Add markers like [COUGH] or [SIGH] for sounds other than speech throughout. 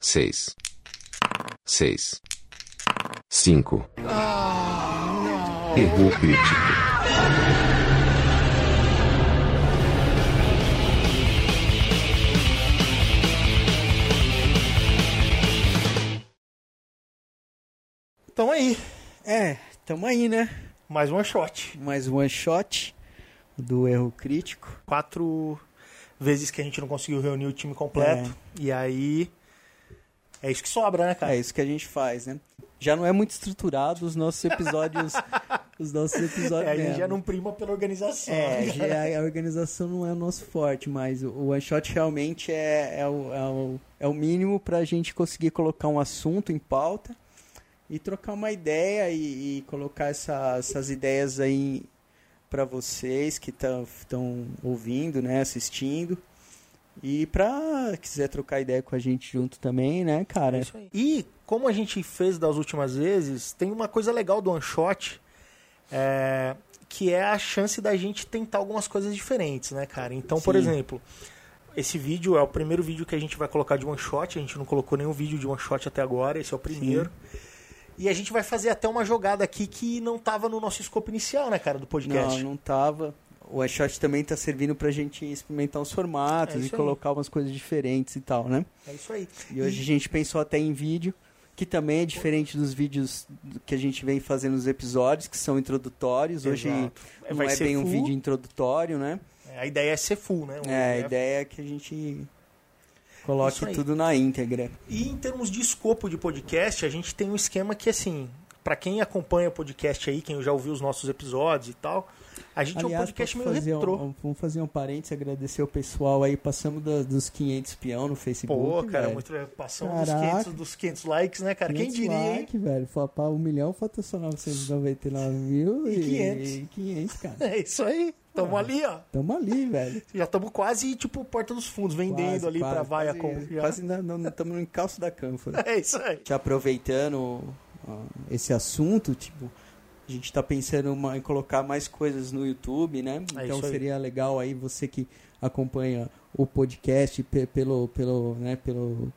seis, seis, cinco. Erro crítico. Então aí, É, tamo aí, né? mais um one shot. Mais um one shot do erro crítico. Quatro vezes que a gente não conseguiu reunir o time completo. E aí. É isso que sobra, né, cara? É isso que a gente faz, né? Já não é muito estruturado os nossos [LAUGHS] episódios. os nossos episódios. É, a gente mesmo. já não prima pela organização. [LAUGHS] É, né, cara? já- a organização não é o nosso forte, mas o- o one shot realmente é, é, o, é, o, é o mínimo pra gente conseguir colocar um assunto em pauta e trocar uma ideia e, e colocar essa- essas ideias aí pra vocês que estão ouvindo, né, assistindo. E pra quiser trocar ideia com a gente junto também, né, cara? Isso aí. E como a gente fez das últimas vezes, tem uma coisa legal do one shot, é, que é a chance da gente tentar algumas coisas diferentes, né, cara? Então, por Sim. exemplo, esse vídeo é o primeiro vídeo que a gente vai colocar de one shot, a gente não colocou nenhum vídeo de one shot até agora, esse é o primeiro. E a gente vai fazer até uma jogada aqui que não tava no nosso escopo inicial, né, cara, do podcast. Não, não tava. O one shot também tá servindo pra gente experimentar os É formatos e isso aí. colocar umas coisas diferentes e tal, né? É isso aí. E hoje a gente pensou até em vídeo, que também é diferente dos vídeos que a gente vem fazendo nos episódios, que são introdutórios. Hoje Exato. não Vai é ser bem um full. vídeo introdutório, né? A ideia é ser full, né? É, a ideia ideia é que a gente Isso coloque aí. tudo na íntegra. E em termos de escopo de podcast, a gente tem um esquema que, assim, pra quem acompanha o podcast aí, quem já ouviu os nossos episódios e tal, a gente é um Aliás, podcast meio posso fazer retrô. um- um- vamos fazer um parênteses, agradecer o pessoal aí, passamos da- dos 500 peão Pô, no Facebook, cara, velho. muito é, passão Caraca. dos 500, dos 500 likes, né, cara? Quem 500 diria, hein? like, velho. Falta um milhão, falta só 999 mil E e, 500. e 500, cara. [LAUGHS] É isso aí. Tamo ali, ó. Tamo ali, velho. Já estamos quase, tipo, porta dos fundos, vendendo Quase, ali quase, pra vaia quase, com. já. Quase na- não estamos no encalço da cânfora. [LAUGHS] É isso aí. Te aproveitando ó, esse assunto, tipo, a gente tá pensando uma- em colocar mais coisas no YouTube, né? É então isso aí. seria legal aí você que acompanha o podcast pe- pelo, pelo, né, pelo,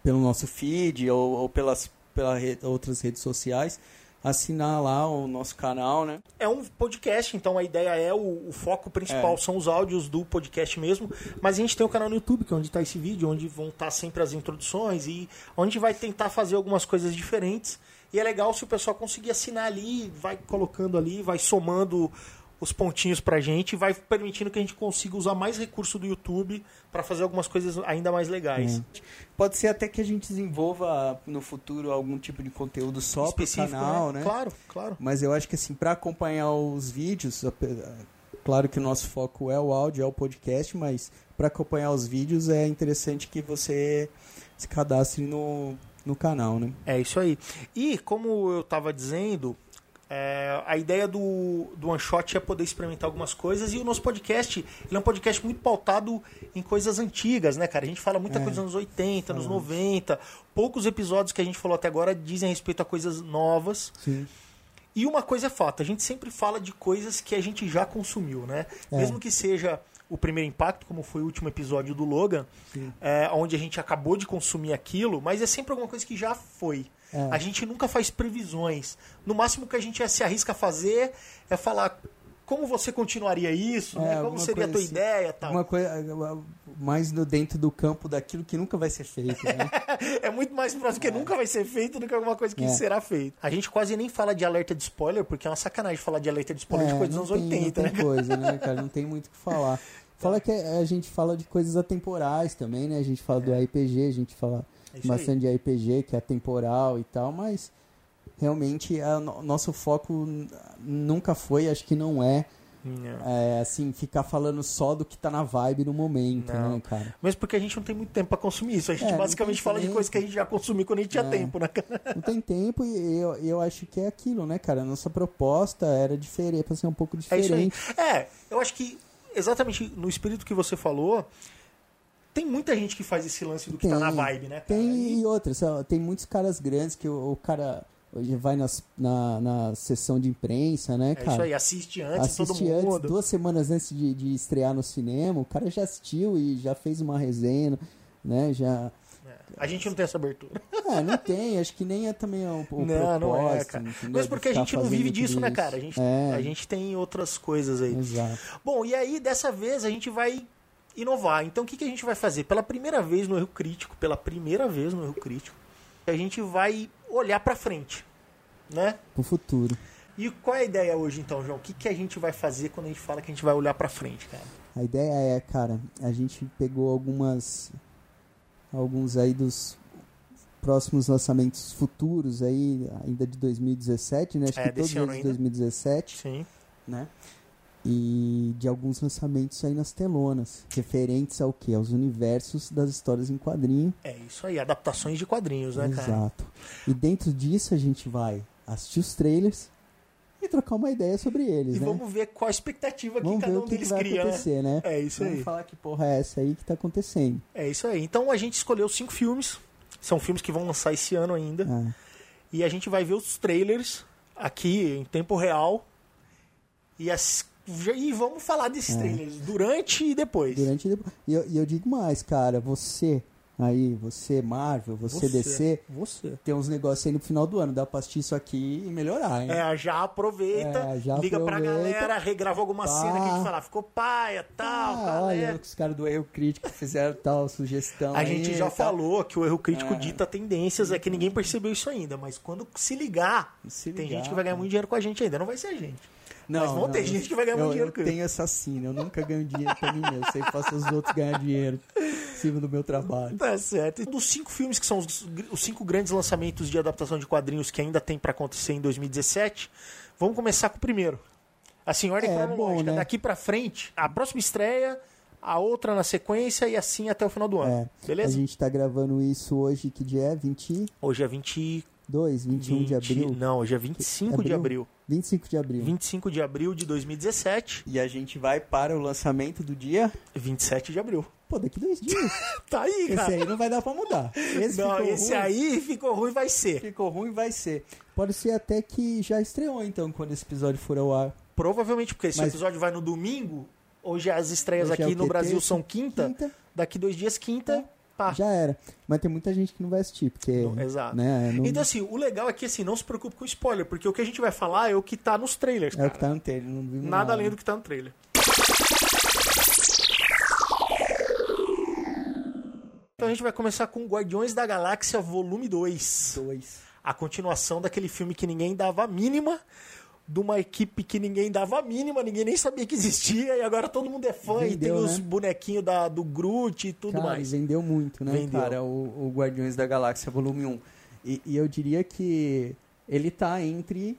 pelo nosso feed ou, ou pelas pela re- outras redes sociais, assinar lá o nosso canal, né? É um podcast, então a ideia é o, o foco principal É. são os áudios do podcast mesmo. Mas a gente tem o canal no YouTube, que é onde está esse vídeo, onde vão estar sempre as introduções e onde vai tentar fazer algumas coisas diferentes. E é legal se o pessoal conseguir assinar ali, vai colocando ali, vai somando os pontinhos pra gente, e vai permitindo que a gente consiga usar mais recurso do YouTube para fazer algumas coisas ainda mais legais. Pode ser até que a gente desenvolva no futuro algum tipo de conteúdo só pro Específico, canal, né? Claro, claro. Mas eu acho que assim, para acompanhar os vídeos, ape- claro que o nosso foco é o áudio, é o podcast, mas para acompanhar os vídeos é interessante que você se cadastre no, no canal, né? É isso aí. E como eu estava dizendo, é, a ideia do, do One Shot é poder experimentar algumas coisas e o nosso podcast ele é um podcast muito pautado em coisas antigas, né, cara? A gente fala muita coisa nos anos 80, nos 90. Poucos episódios que a gente falou até agora dizem respeito a coisas novas. Sim. E uma coisa é fato, a gente sempre fala de coisas que a gente já consumiu, né? É. Mesmo que seja o primeiro impacto, como foi o último episódio do Logan, Sim. é, onde a gente acabou de consumir aquilo, mas é sempre alguma coisa que já foi. É. A gente nunca faz previsões. No máximo que a gente se arrisca a fazer é falar como você continuaria isso, É, né? como alguma seria a tua coisa assim. ideia e tal. Uma coisa mais no dentro do campo daquilo que nunca vai ser feito, né? É muito mais próximo, porque nunca vai ser feito do que alguma coisa que É. será feita. A gente quase nem fala de alerta de spoiler, porque é uma sacanagem falar de alerta de spoiler de É, coisa dos não anos tem- 80, não né? tem coisa, né, cara? Não tem muito o que [LAUGHS] falar. Fala que é, a gente fala de coisas atemporais também, né? A gente fala do RPG, a gente fala É isso aí. bastante de RPG, que é atemporal e tal, mas realmente a no- nosso foco n- nunca foi, acho que não é, é, assim, ficar falando só do que tá na vibe no momento, Não. né, [LAUGHS] cara? Mesmo porque a gente não tem muito tempo pra consumir isso. A É, gente não basicamente tem fala de tempo. coisas que a gente já consumiu quando a gente tinha É. tempo, né, [LAUGHS] cara? Não tem tempo e eu, eu acho que é aquilo, né, cara? A nossa proposta era diferente, pra ser um pouco É diferente. isso aí. É, eu acho que exatamente no espírito que você falou, tem muita gente que faz esse lance do que tá na vibe, né, cara? Tem e outra, sabe, tem muitos caras grandes que o, o cara hoje vai nas- na, na sessão de imprensa, né, É cara? isso aí, assiste antes todo Assiste mundo. antes, duas semanas antes de, de estrear no cinema, o cara já assistiu e já fez uma resenha, né? Já A gente não tem essa abertura. Ah, não tem, acho que nem é também o, [LAUGHS] o não, propósito. não é, cara. entendeu? Mas De porque a ficar gente não fazendo vive tudo disso, né, isso. cara? A gente, É, a gente tem outras coisas aí. exato. Bom, e aí dessa vez a gente vai inovar. Então o que, que a gente vai fazer? Pela primeira vez no Erro Crítico, pela primeira vez no Erro Crítico, a gente vai olhar pra frente, né? Pro futuro. E qual é a ideia hoje então, João? O que, que a gente vai fazer quando a gente fala que a gente vai olhar pra frente, cara? A ideia é, cara, a gente pegou algumas. Alguns aí dos próximos lançamentos futuros aí, ainda de 2017, né? Acho É, que todos desse ano eles de ainda. 2017. Sim. né? E de alguns lançamentos aí nas telonas, referentes ao que? Aos universos das histórias em quadrinho. É isso aí, adaptações de quadrinhos, né, cara? Exato. E dentro disso a gente vai assistir os trailers e trocar uma ideia sobre eles, E né? vamos ver qual a expectativa que Vamos cada ver um o que, que deles vai cria, né? acontecer, né? É isso vamos aí. falar que porra é essa aí que tá acontecendo. É isso aí. Então a gente escolheu cinco filmes. São filmes que vão lançar esse ano ainda. Ah, E a gente vai ver os trailers aqui em tempo real. E, as- e vamos falar desses É. trailers durante e depois. durante e depois. E eu, e eu digo mais, cara, você aí, você Marvel, você, DC, Você. tem uns negócios aí no final do ano, dá pra assistir isso aqui e melhorar, hein? É, já aproveita, É, já liga pra aproveita. galera, regrava alguma Pá. cena que a gente falar, ficou paia, tal, Ah, olha o galera. que os caras do Erro Crítico fizeram tal sugestão. tá A aí gente e já tal. falou que o erro crítico É. dita tendências, é que ninguém percebeu isso ainda, mas quando se ligar, Se tem ligar, gente que vai ganhar cara. muito dinheiro com a gente ainda, não vai ser a gente. Não, mas vão ter não, gente que vai ganhar eu, muito dinheiro com Eu isso. tenho essa sina, eu nunca ganho dinheiro pra mim mesmo. Eu sempre faço os outros ganhar dinheiro em cima do meu trabalho. Tá certo. Dos cinco filmes que são os, os cinco grandes lançamentos de adaptação de quadrinhos que ainda tem pra acontecer em 2017, vamos começar com o primeiro. Assim, ordem É, cronológica, bom, né? daqui pra frente, a próxima estreia, a outra na sequência e assim até o final do ano. É, Beleza? A gente tá gravando isso hoje, que dia é? 22, Hoje é 20, 21 de 20 abril? Não, hoje é 25 de abril. 25 de abril. 25 de abril de 2017, E a gente vai para o lançamento do dia? 27 de abril. Pô, daqui [LAUGHS] dois dias. Tá aí, Esse cara. aí não vai dar pra mudar. Esse não, ficou esse ruim. aí ficou ruim, vai ser. Ficou ruim, vai ser. Pode ser até que já estreou, então, quando esse episódio for ao ar. Provavelmente, porque esse Mas- episódio vai no domingo. Hoje as estreias Hoje é aqui o no quê? Brasil Terça, são quinta, Quinta, É. Daqui dois dias, quinta, pá. já era. Mas tem muita gente que não vai assistir, porque. Ah. Não, exato. Né, não- Então, assim, o legal é que assim, não se preocupe com spoiler, porque o que a gente vai falar é o que tá nos trailers. É o cara. que tá no trailer, não vimos Nada além do que tá no trailer. Então a gente vai começar com Guardiões da Galáxia Volume 2. dois. A continuação daquele filme que ninguém dava a mínima, de uma equipe que ninguém dava a mínima, ninguém nem sabia que existia, e agora todo mundo é fã e tem Vendeu, né? os bonequinhos da, do Groot e tudo Cara, mais. e vendeu muito, né, Vendeu. cara, o, o Guardiões da Galáxia Volume 1. E, e eu diria que ele tá entre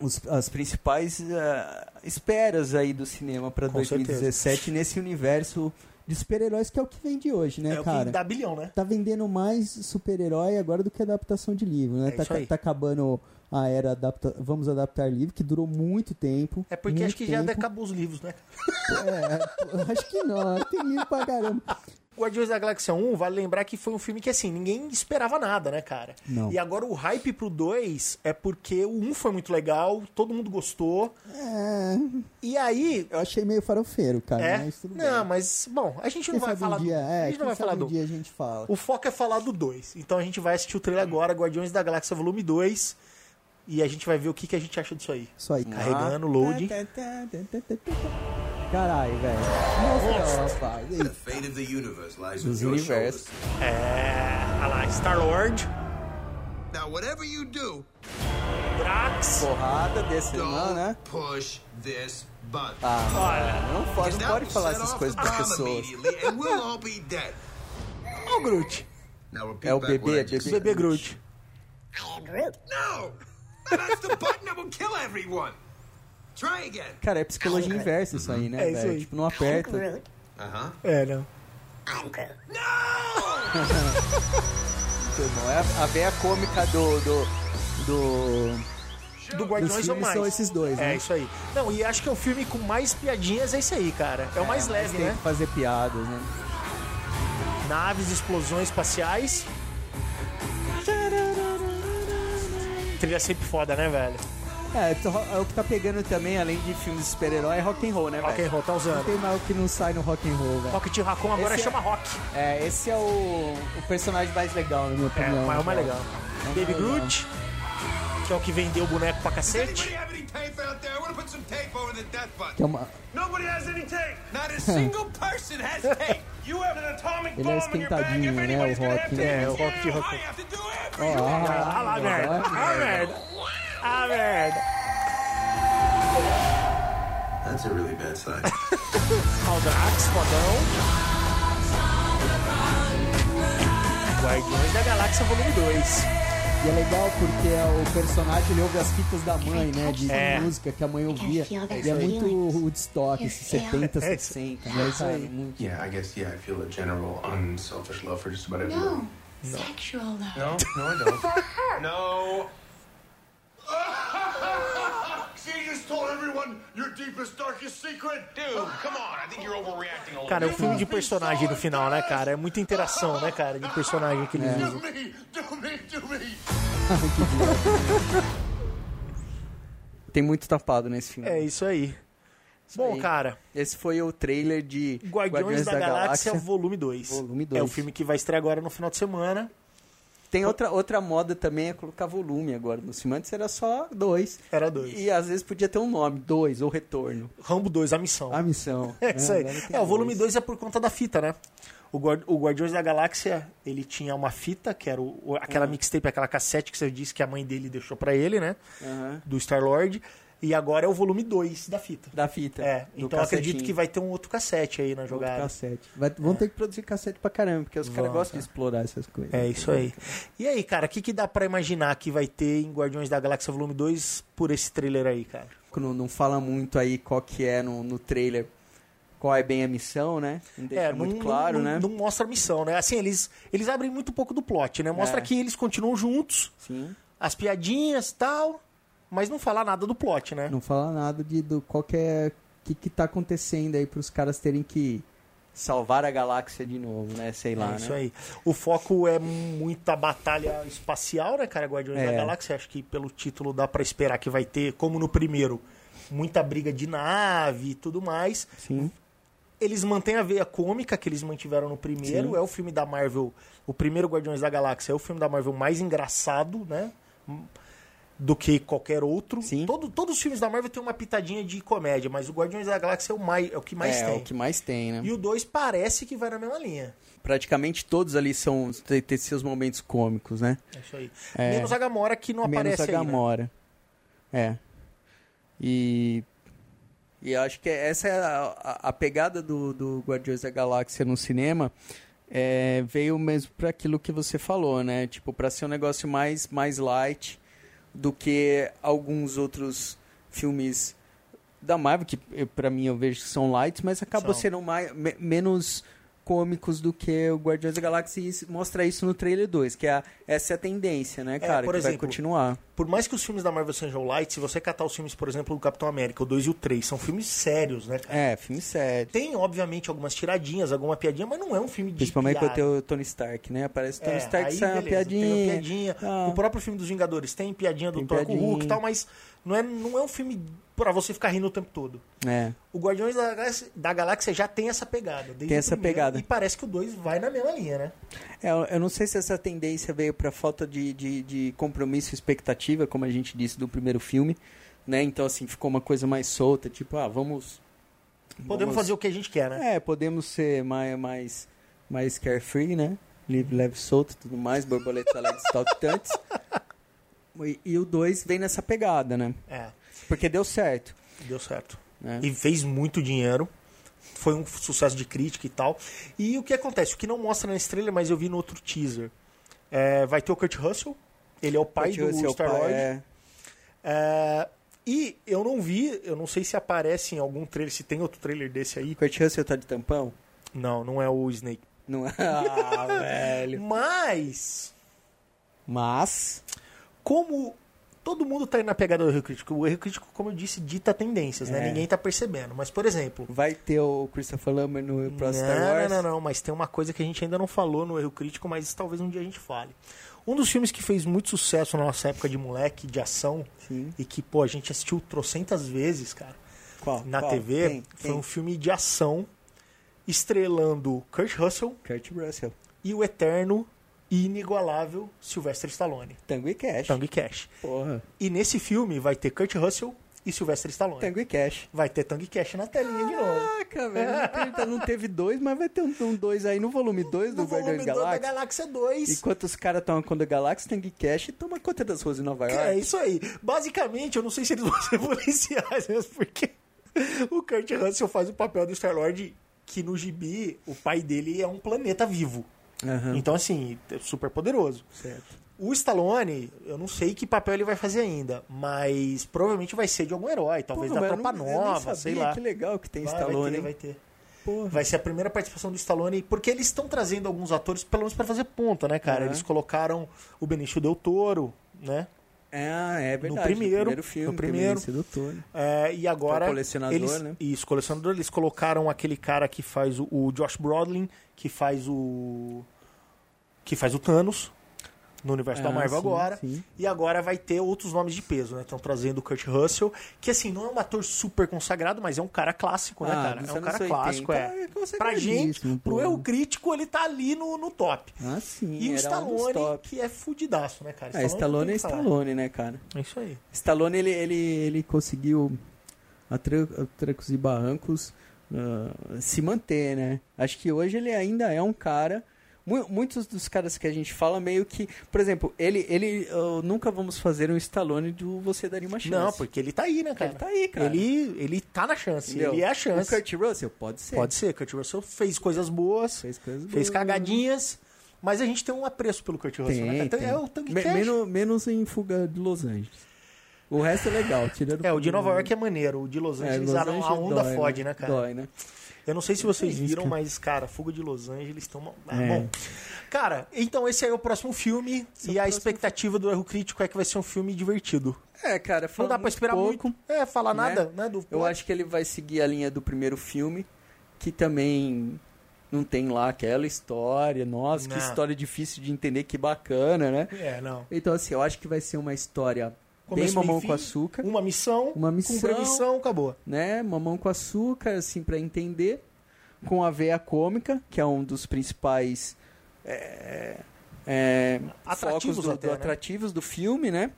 os- as principais ah, esperas aí do cinema pra Com 2017 nesse universo de super-heróis que é o que vende hoje, né, é o que cara? dá bilhão, né? Tá vendendo mais super-herói agora do que adaptação de livro, né? É tá, isso aí. tá acabando a era adapta... Vamos adaptar livro, que durou muito tempo. É porque muito acho que já tempo. acabou os livros, né? É, [LAUGHS] acho que não, tem livro pra caramba. Guardiões da Galáxia 1, vale lembrar que foi um filme que, assim, ninguém esperava nada, né, cara? Não. E agora o hype pro 2 é porque o 1 foi muito legal, todo mundo gostou. É, E aí. eu achei meio farofeiro, cara, É? mas tudo não, bem. mas, bom, a gente não Quem vai sabe um falar do. dia, é, a gente não quem vai sabe falar do. um dia a gente fala. O foco é falar do 2. Então a gente vai assistir o trailer agora, Guardiões da Galáxia Volume 2. E a gente vai ver o que, que a gente acha disso aí. Isso aí. Carregando, loading. Caralho, velho. Nossa, rapaz. é The fate of the universe lies Dos in your universos. shoulders. É. Olha lá, Star Lord, Now, whatever you do, Drax. Porrada desse don't não, né? push this button. Olha. Não pode, 'Cause não that pode will Ah, falar set essas off coisas the pras bomb pessoas. immediately, and we'll all be dead. Olha o Groot. Now, repeat É o back what I bebê, just bebê. said. Bebê Groot. No! That's the button that will kill everyone. Try again. Cara, é psicologia inversa isso aí, né, É isso velho? aí. Tipo, não aperta. Groot. Uh-huh. É, não. No! Muito bom. É a, a veia cômica do... do... do... do Guardiões Dos ou filmes mais. são esses dois, É, né? isso aí. Não, e acho que o filme com mais piadinhas é isso aí, cara. É o mais É, leve, tem né? que fazer piadas, né? Naves, explosões espaciais. Trilha sempre foda, né, velho? É, to- é o que tá pegando também, além de filmes de super-herói, é rock and roll, né, velho? Rock and roll, tá Não usando. tem mal que não sai no rock and roll, velho. Rocket Raccoon agora Esse é- chama Rock. É, esse é o, o personagem mais legal, na minha É, opinião. mas é o mais legal. Baby legal. Groot, que é o que vendeu o boneco pra Anybody cacete. have any tape out there? I want to put some tape over the death Que button. é uma- Nobody has any tape. Not [LAUGHS] a single person has tape. You have an atomic Ele é bomb in your bag. esquentadinho, If né, anybody's o gonna Rock, have tape, né? É, o it's Rock de you. Rock. I have to do Ó, everything. Ah lá, merda. Ah, merda. Ah, merda. That's a really bad sign. [LAUGHS] Aldrax, fodão. Guardiões da Galáxia Volume 2. E é legal porque é o personagem ele ouve as fitas da mãe, né? De É. música que a mãe ouvia. feel their E é muito feelings. Woodstock, esses Their 70, É isso. 60, né? É isso aí. Muito. yeah, I guess, yeah, I feel a general unselfish love for just about No, everyone. sexual love. No, no, I don't. No. [LAUGHS] she just told everyone your deepest, darkest secret. Dude, come on. I think you're overreacting a little. Cara, é um filme de personagem no final, né, cara? É muita interação, né, cara, de personagem que eles usam. me, do me, do me. Tem muito tapado nesse filme. É isso aí. Bom, aí. cara, Esse foi o trailer de Guardiões, da, Galáxia, Volume 2. Volume 2. É o filme que vai estrear agora no final de semana. Tem outra, outra moda também é colocar volume agora no filme. Antes era só dois. Era dois. E às vezes podia ter um nome, dois, ou retorno. Rambo 2, a missão. A missão. É isso aí. agora tem É, o volume dois. 2 é por conta da fita, né? O, Guar- o Guardiões da Galáxia, ele tinha uma fita, que era o- o- aquela Uhum. mixtape, aquela cassete que você disse que a mãe dele deixou pra ele, né? Aham. Do Star-Lord. E agora é o volume 2 da fita. Uhum. Da fita. É, do então eu acredito cassetinho. que vai ter um outro cassete aí na Outro jogada. cassete. Vai- vão ter que produzir cassete pra caramba, porque os caras Vão, gostam de explorar essas coisas. É isso aí. E aí, cara, o que, que dá pra imaginar que vai ter em Guardiões da Galáxia Volume 2 por esse trailer aí, cara? Não, não fala muito aí qual que é no, no trailer, qual é bem a missão, né? Não deixa é, muito não, claro, não- né? Não mostra a missão, né? Assim, eles, eles abrem muito pouco do plot, né? Mostra É. que eles continuam juntos, Sim. as piadinhas e tal, mas não fala nada do plot, né? Não fala nada de do qual que é que que tá acontecendo aí pros caras terem que salvar a galáxia de novo, né? Sei lá, é isso né? aí. O foco é muita batalha espacial, né, cara? Guardiões da É. Galáxia. Acho que pelo título dá pra esperar que vai ter, como no primeiro, muita briga de nave e tudo mais. Sim. Eles mantêm a veia cômica que eles mantiveram no primeiro. Sim. É o filme da Marvel, o primeiro Guardiões da Galáxia é o filme da Marvel mais engraçado, né? Do que qualquer outro. Sim. Todo, todos os filmes da Marvel têm uma pitadinha de comédia, mas o Guardiões da Galáxia é o, mais, é o que mais é, tem. o que mais tem, né? E o 2 parece que vai na mesma linha. Praticamente todos ali são tem, tem seus momentos cômicos, né? É isso aí. É. Menos a Gamora que não Menos aparece né? a Gamora. É. E. E eu acho que essa é a, a- a pegada do, do Guardiões da Galáxia no cinema. é, veio mesmo para aquilo que você falou, né? Tipo, para ser um negócio mais, mais light do que alguns outros filmes da Marvel, que eh, pra mim eu vejo que são lights, mas acabam São. sendo mais, me- menos cômicos do que o Guardiões da Galáxia e isso- mostra isso no trailer 2, que é a- essa é a tendência, né, cara? por que vai exemplo, continuar. ainda. Por mais que os filmes da Marvel sejam light, se você catar os filmes, por exemplo, do Capitão América, o 2 e o 3, são filmes sérios, né, cara? É, filme sério. Tem, obviamente, algumas tiradinhas, alguma piadinha, mas não é um filme de Principalmente quando piada. tem o Tony Stark, né? Aparece o Tony É, Stark aí, sai uma beleza, piadinha. Tem uma piadinha. Ah. O próprio filme dos Vingadores tem piadinha do Tem Thor com o Hulk piadinha. e tal, mas não é, não é um filme pra você ficar rindo o tempo todo. É. O Guardiões da Galáxia, da Galáxia já tem essa pegada. desde o Tem essa primeiro, pegada. E parece que o 2 vai na mesma linha, né? É, eu- eu não sei se essa tendência veio para falta de, de, de compromisso e expectativa, como a gente disse do primeiro filme, né? Então, assim, ficou uma coisa mais solta, tipo, ah, vamos... Podemos vamos- fazer o que a gente quer, né? É, podemos ser mais, mais, mais carefree, né? Livre, leve, solto e tudo mais, borboletas alegres [LAUGHS] saltitantes. E, e o 2 vem nessa pegada, né? É, Porque deu certo, deu certo. né? E fez muito dinheiro. Foi um sucesso de crítica e tal. E o que acontece? O que não mostra na estrela, mas eu vi no outro teaser. É, vai ter o Kurt Russell. Ele é o pai Continua do seu Star-Lord. é, É, e eu não vi, eu não sei se aparece em algum trailer, se tem outro trailer desse aí. Kurt Russell tá de tampão? Não, não é o Snake. Não [LAUGHS] é. Ah, velho. Mas, Mas. como todo mundo tá indo na pegada do Rio Crítico, o Rio Crítico, como eu disse, dita tendências, né? É. Ninguém tá percebendo. Mas, por exemplo. Vai ter o Christopher Lambert no Não, próximo Star Wars? não, não, não, mas tem uma coisa que a gente ainda não falou no erro crítico, mas talvez um dia a gente fale. Um dos filmes que fez muito sucesso na nossa época de moleque, de ação, Sim. e que, pô, a gente assistiu trocentas vezes, cara, Qual? na Qual? TV, Quem? foi Quem? um filme de ação estrelando Kurt Russell Kurt Russell. e o eterno e inigualável Sylvester Stallone, Tango e Cash. Tango e Cash. Porra. E nesse filme vai ter Kurt Russell e Sylvester Stallone. Tango e Cash. Vai ter Tango e Cash na telinha de novo. Caraca, velho. [LAUGHS] Não teve, não teve dois, mas vai ter um, um dois aí no volume 2 Ah, do Guardiões da da Galáxia. Galáxia 2. Enquanto os caras tomam conta da Galáxia, Tango e Cash toma conta das ruas em Nova É York. isso aí. Basicamente, eu não sei se eles [LAUGHS] vão ser policiais, mas porque o Kurt Russell faz o papel do Star-Lord que no gibi o pai dele é um planeta vivo. Aham. Então, assim, é super poderoso. Certo. O Stallone, eu não sei que papel ele vai fazer ainda, mas provavelmente vai ser de algum herói, talvez da Porra, mas eu Tropa não- eu nem Nova, sabia, sei lá. Que legal que tem Vai, Stallone. hein? Vai ter, vai ter. Porra. Vai ser a primeira participação do Stallone, porque eles estão trazendo alguns atores, pelo menos pra fazer ponta, né, cara? Aham. Eles colocaram o Benicio Del Toro, né? Ah, é verdade. primeiro, filme, no primeiro. Tem o Vinícius do Tony. É, e agora. É o colecionador, eles, né? Isso, colecionador. Eles colocaram aquele cara que faz o, o Josh Brolin, que faz o. que faz o Thanos no universo da Ah, Marvel sim, agora. sim. E agora vai ter outros nomes de peso, né? Estão trazendo o Kurt Russell, que assim, não é um ator super consagrado, mas é um cara clássico, né, Ah, cara? dos É um anos cara 80, clássico, é. é consagradíssimo, pra gente, pro pô. erro crítico, ele tá ali no, no top. Ah, E o sim. era um dos Stallone, top. que é fudidaço, né, cara? Ah, Stallone não é tem o que falar. Stallone, né, cara? É isso aí. Stallone, ele, ele, ele conseguiu, a, tran- a trancos e barrancos, ah, se manter, né? Acho que hoje ele ainda é um cara... mu- Muitos dos caras que a gente fala meio que... Por exemplo, ele... ele ah, nunca vamos fazer um Stallone do Você Daria Uma Chance. Não, porque ele tá aí, né, cara? Ele tá aí, cara. Ele, ele tá na chance, Entendeu? ele é a chance. O Kurt Russell? Pode ser. Pode ser, Kurt Russell fez coisas boas, fez, Fez coisas boas. cagadinhas, mas a gente tem um apreço pelo Kurt Russell, né? Tem, cara? tem. É o Tank Me- Cash. menos, menos em Fuga de Los Angeles. O resto é legal, tirando... É, o de Nova York é maneiro, o de Los É, Angeles, Los a- a Angeles onda dói, fode, né, cara? Dói, né? Eu não sei se vocês isso, viram, cara. mas, cara, Fuga de Los Angeles tá uma... ah, É. Bom, cara, então esse aí é o próximo filme é o e a próximo expectativa do Erro Crítico é que vai ser um filme divertido. É, Não cara, fala dá pra esperar pouco, muito. É, falar né? nada, né? Do... Eu acho que ele vai seguir a linha do primeiro filme, que também não tem lá aquela história. Nossa, que Não. história difícil de entender, que bacana, né? É, não. Então, assim, eu acho que vai ser uma história Começo, bem meio mamão e com fim, açúcar, Uma missão, Uma missão. cumpre a missão, acabou. né? Mamão com açúcar, assim, pra entender. Com a veia cômica, que é um dos principais é, é, Atrativos focos do, até, do né? atrativos do filme, né?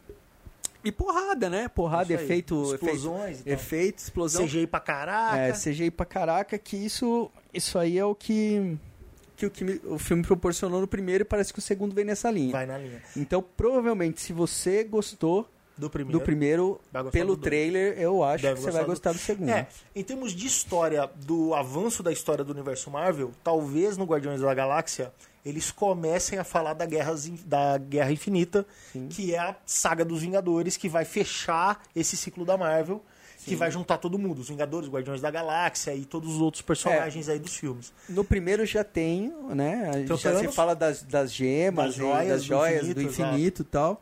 E porrada, né? Porrada, Isso aí. efeito, efeito, Explosões e tal. efeito, explosão. CGI pra caraca. É, CGI pra caraca, que isso, isso aí é o que, que, o, que me- o filme proporcionou no primeiro e parece que o segundo vem nessa linha. Vai na linha. Então, provavelmente, se você gostou Do primeiro. do primeiro, Vai gostar pelo do dois. trailer, eu acho Deve que você vai gostar do, segundo. É, em termos de história, do avanço da história do universo Marvel, talvez no Guardiões da Galáxia eles comecem a falar da Guerra, da Guerra Infinita, que é a saga dos Vingadores, que vai fechar esse ciclo da Marvel, que vai juntar todo mundo, os Vingadores, Guardiões da Galáxia e todos os outros personagens É. aí dos filmes. No primeiro já tem, né? a- Então, já pelo se menos- fala das, das gemas, Das e joias das do joias do infinito, exato. infinito e tal.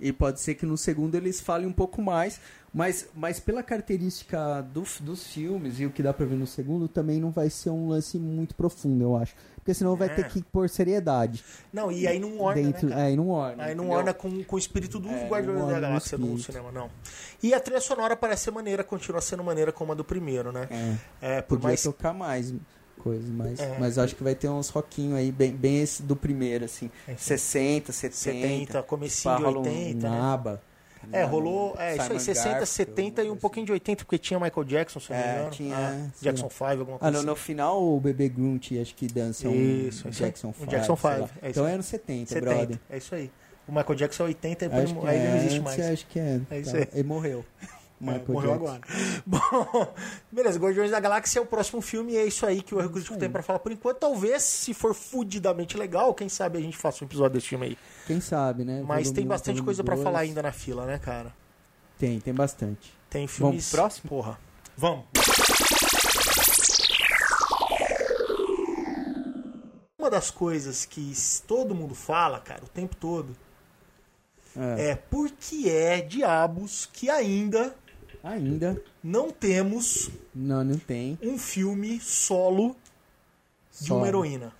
E pode ser que no segundo eles falem um pouco mais. Mas, mas pela característica do, f- dos filmes e o que dá pra ver no segundo, também não vai ser um lance muito profundo, eu acho. Porque senão vai É. ter que pôr seriedade. Não, e aí não orna, dentro, né, cara? é, e não orna. Aí não entendeu? orna com, com o espírito do É, Guardiões não da orna no Galáxia do espírito. cinema, não. E a trilha sonora parece ser maneira, continua sendo maneira como a do primeiro, né? É, É, por podia mais tocar mais coisas, mas, É. mas acho que vai ter uns roquinhos aí, bem, bem esse do primeiro, assim. 60, 70. 70, É, comecinho Pá, de rola um 80, né? naba. É, rolou. É, isso aí, Simon 60, Garfunkel, 70 e um assim. pouquinho de 80, porque tinha Michael Jackson, se eu não me É, engano. tinha, Ah, sei Jackson lá. 5, alguma Ah, coisa. no, no final o bebê Grunt acho que dança um assim. Isso, isso aí. Jackson Um 5. Jackson sei lá. Five, é isso então aí. é no 70, 70, brother. é isso aí. O Michael Jackson é 80 e depois Acho que aí é, não existe antes, mais. Acho que é. É isso Tá, aí. Ele morreu. Michael morreu Jackson. agora. [LAUGHS] Bom, beleza, Guardiões da Galáxia é o próximo filme e é isso aí que o Erro Crítico tem pra falar por enquanto. Talvez, se for fudidamente legal, quem sabe a gente faça um episódio desse filme aí. Quem sabe, né? Mas Volume tem um, bastante volume coisa pra dois. falar ainda na fila, né, cara? Tem, tem bastante. Tem filmes. pro próximo? Porra. Vamos. Uma das coisas que s- todo mundo fala, cara, o tempo todo, É, é por que é diabos que ainda Ainda. não temos Não, não tem. um filme solo de Só uma heroína.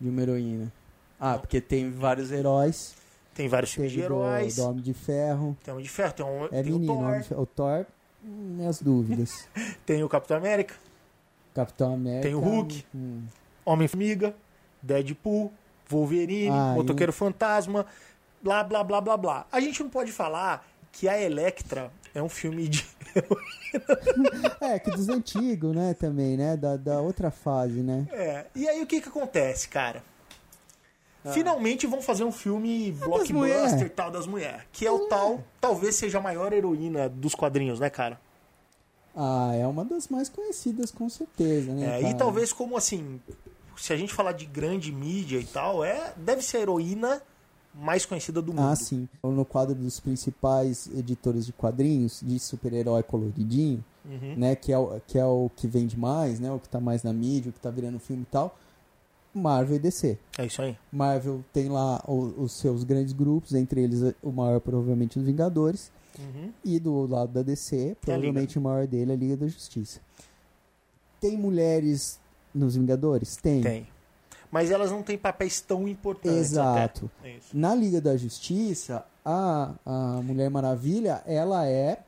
De uma heroína. Ah, porque tem vários heróis. Tem vários Teve filmes de heróis. Do, do Homem de Ferro. Tem o Homem de Ferro, tem, o- É tem menino, o o, Homem Thor, de Ferro. o Thor, [LAUGHS] minhas dúvidas. tem o Capitão América, Capitão América. Tem o Hulk. hum, Homem-Formiga, Deadpool, Wolverine, Ah, Motoqueiro Fantasma, blá, blá, blá, blá, blá. A gente não pode falar que a Electra é um filme de... [LAUGHS] É, que dos antigos, né, também, né? Da, da outra fase, né? é. E aí o que que acontece, cara? Finalmente vão fazer um filme blockbuster Ah. É mulher. Uhum. e tal das mulheres. Que é o tal, talvez seja a maior heroína dos quadrinhos, né, cara? Ah, é uma das mais conhecidas, com certeza, né? É, cara? e talvez como assim, se a gente falar de grande mídia e tal, é deve ser a heroína mais conhecida do mundo. Ah, sim. No quadro dos principais editores de quadrinhos de super-herói coloridinho, Uhum. né? Que é, o, que é o que vende mais, né? O que tá mais na mídia, o que tá virando filme e tal. Marvel e DC. É isso aí. Marvel tem lá o- os seus grandes grupos, entre eles eh, o maior provavelmente os Vingadores. Uhum. E do lado da DC, provavelmente o maior dele é a Liga da Justiça. Tem mulheres nos Vingadores? Tem. Tem. Mas elas não têm papéis tão importantes. Exato. até. É isso. Na Liga da Justiça, a, a Mulher Maravilha, ela é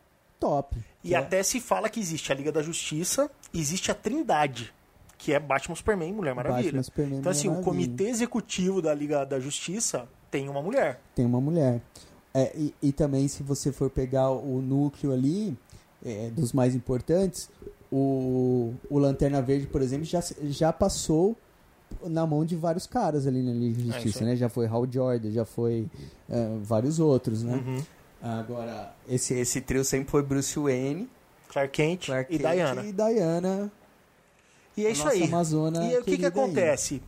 top. E até se fala que existe a Liga da Justiça, existe a Trindade, que é Batman, Superman e Mulher Maravilha. Batman, Superman e então, Mulher assim, o Maravilha. comitê executivo da Liga da Justiça tem uma mulher. Tem uma mulher. É, e, e também, se você for pegar o núcleo ali, é, dos mais importantes, o, o Lanterna Verde, por exemplo, já, se- já passou na mão de vários caras ali na Liga É, de isso Justiça, aí. né? Já foi Hal Jordan, já foi é, vários outros, né? Uhum. Agora, esse, esse trio sempre foi Bruce Wayne. Clark Kent Clark e Kent Diana. E Diana, E é isso nossa aí. Amazona e aí, o que, que querida aí. acontece?